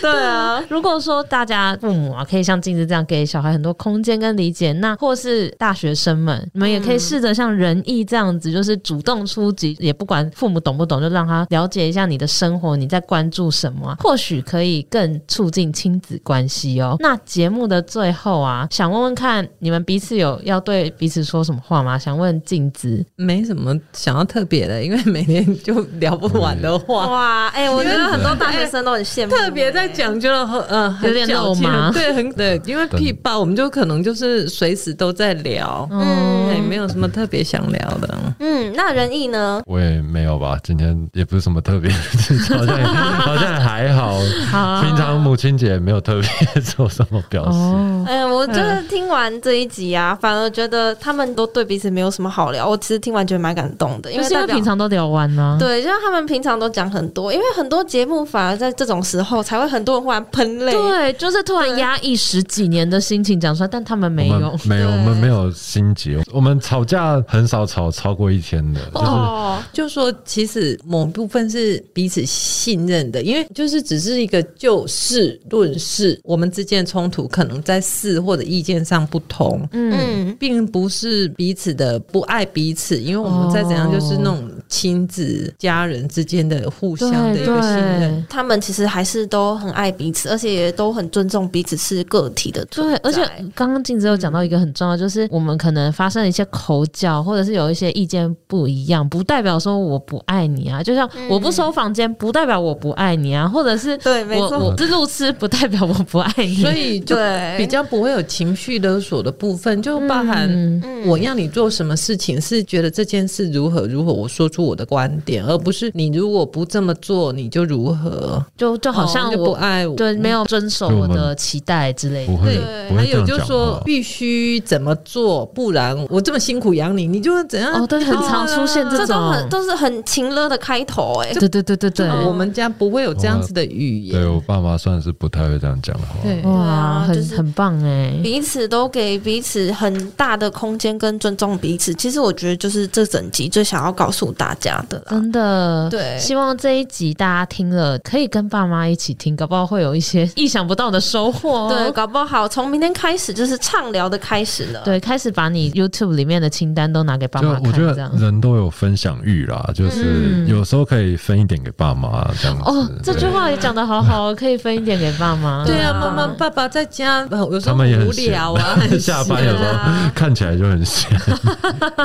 Speaker 2: 对啊，
Speaker 1: 如果说大家父母啊，可以像镜子这样给小孩很多空间跟理解，那或是大学生们，你们也可以试着像仁义这样子，就是主动出击，也不管父母懂不懂，就让他了解一下你的生活，你在关注什么
Speaker 2: 嗯
Speaker 1: 啊、或许可以更促进亲子关系哦。那节目的最后啊，想问问看你们彼此有要对彼此说什么话吗？想问镜子，
Speaker 3: 没什么想要特别的，因为每天就聊不完的
Speaker 1: 哦
Speaker 3: 话。
Speaker 2: 哇，哎，我觉
Speaker 4: 嗯
Speaker 2: 得很多大学生都很羡慕，
Speaker 3: 特别在讲究了，呃，很
Speaker 1: 有点肉
Speaker 3: 矫情
Speaker 1: 麻
Speaker 3: 对，很对，因为
Speaker 4: 对
Speaker 3: 屁吧，我们就可能就是随时都在聊，
Speaker 1: 嗯，
Speaker 3: 对，没有什么特别想聊的。
Speaker 2: 嗯，那仁义呢？
Speaker 4: 我也没有吧，今天也不是什么特别， 好像也好像也还好。平常母亲节也没有特别做什么表示，
Speaker 1: 哦，
Speaker 2: 嗯，我真的听完这一集
Speaker 4: 嗯
Speaker 2: 啊，反而觉得他们都对彼此没有什么好聊。我其实听完觉得蛮感动的，因
Speaker 1: 就
Speaker 2: 为
Speaker 1: 是因
Speaker 2: 代
Speaker 1: 为
Speaker 2: 表
Speaker 1: 平常都聊完吗？
Speaker 2: 对，就像他们平常都讲很多，因为很多节目反而在这种时候才会很多人忽然喷泪。
Speaker 1: 对，就是突然压抑十几年的心情讲出来，但他们没
Speaker 4: 我
Speaker 1: 有
Speaker 4: 们。没有，
Speaker 2: 对
Speaker 4: 我们没有心结，我们吵架很少吵超过一天的，就是
Speaker 2: 哦，
Speaker 3: 就说其实某部分是彼此信任的，因为就是只是一个就事论事，我们之间的冲突可能在事或者意见上不同。
Speaker 1: 嗯，
Speaker 2: 嗯，
Speaker 3: 并不是彼此的不爱彼此，因为我们再怎样就是那种亲子、家人之间的互相的一
Speaker 1: 对
Speaker 3: 个信任
Speaker 1: 对。
Speaker 2: 他们其实还是都很爱彼此，而且也都很尊重彼此是个体的存
Speaker 1: 对，
Speaker 2: 在。
Speaker 1: 而且刚刚静子有讲到一个很重要，就是我们可能发生了一些口角，或者是有一些意见不一样，不代表说我不爱你啊。就像
Speaker 3: 嗯
Speaker 1: 我不收房间，不代表我不爱你啊，或者 是
Speaker 2: 对，没
Speaker 1: 我
Speaker 2: 错，
Speaker 1: 我是路痴，不代表我不爱你。
Speaker 3: 所以就
Speaker 2: 对，
Speaker 3: 比较不会有情绪勒索的部分，就包含
Speaker 2: 嗯
Speaker 3: 我要你做什么事情，是觉得这件事如何如何，我说出我的观点，而不是你如果不这么做，你就如何，
Speaker 1: 就就好像
Speaker 3: 哦就不
Speaker 1: 我
Speaker 3: 爱我。
Speaker 1: 对没有遵守
Speaker 4: 嗯就我
Speaker 1: 我
Speaker 4: 们
Speaker 1: 的期待之类的
Speaker 4: 不。会
Speaker 2: 对
Speaker 4: 不
Speaker 3: 还
Speaker 4: 会这
Speaker 3: 有
Speaker 4: 样
Speaker 3: 就
Speaker 4: 讲哦
Speaker 3: 说
Speaker 4: 话。
Speaker 3: 必须怎么做，不然我这么辛苦养你，你就怎样？
Speaker 1: 哦，对，很常出现这
Speaker 2: 这都很
Speaker 1: 种。
Speaker 2: 都是很情勒的开头哎、
Speaker 1: 对对对对对，
Speaker 3: 啊
Speaker 4: 哦
Speaker 3: 我们家不会有这样子的语言
Speaker 4: 对，。我爸妈算是不太会这样讲话。
Speaker 3: 对
Speaker 1: 哇，
Speaker 2: 对啊
Speaker 1: 很、
Speaker 2: 就是
Speaker 1: 很棒哎、
Speaker 2: 彼此都给彼此很大的空间跟尊重彼此。其实我觉得就是这整集最想要告诉大家的啦。
Speaker 1: 真的，
Speaker 2: 对
Speaker 1: 希望这一集大家听了，可以跟爸妈一起听，搞不好会有一些意想不到的收获、哦。
Speaker 2: 对，搞不好从明天开始就是畅聊的开始了。
Speaker 1: 对，开始把你 YouTube 里面的清单都拿给爸
Speaker 4: 就
Speaker 1: 妈
Speaker 4: 我
Speaker 1: 看，
Speaker 4: 觉
Speaker 1: 这
Speaker 4: 得
Speaker 1: 样。
Speaker 4: 人都有分享欲啦，就是
Speaker 1: 嗯
Speaker 4: 有时候可以分一点给爸妈这样子。
Speaker 1: 哦，这句话也讲得好好，可以分一点给爸 妈。
Speaker 3: 对啊，
Speaker 2: 对啊
Speaker 3: 妈妈爸爸在家，呃有时
Speaker 4: 他
Speaker 3: 候
Speaker 4: 们也
Speaker 3: 很无
Speaker 4: 很闲
Speaker 3: 聊啊，很
Speaker 4: 下
Speaker 3: 闲
Speaker 4: 班有时候看起来就很闲。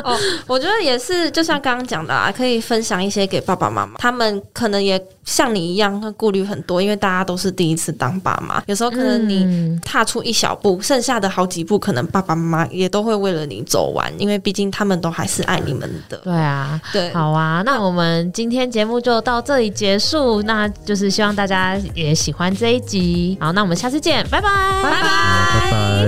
Speaker 2: 哦，我觉得也是，就像刚刚讲的啊，可以分享一些给爸爸妈妈，他们可能也像你一样，会顾虑很多，因为大家都是第一次当爸妈，有时候可能你
Speaker 1: 嗯
Speaker 2: 踏出一小步，剩下的好几步，可能爸爸妈妈也都会为了你走完，因为毕竟他们都还是爱你们的。
Speaker 1: 对啊，
Speaker 2: 对，
Speaker 1: 好啊，那我们今天节目就到这里结束，那就是希望大家也喜欢这一集。好，那我们下次见，拜拜，拜拜。
Speaker 4: 拜拜。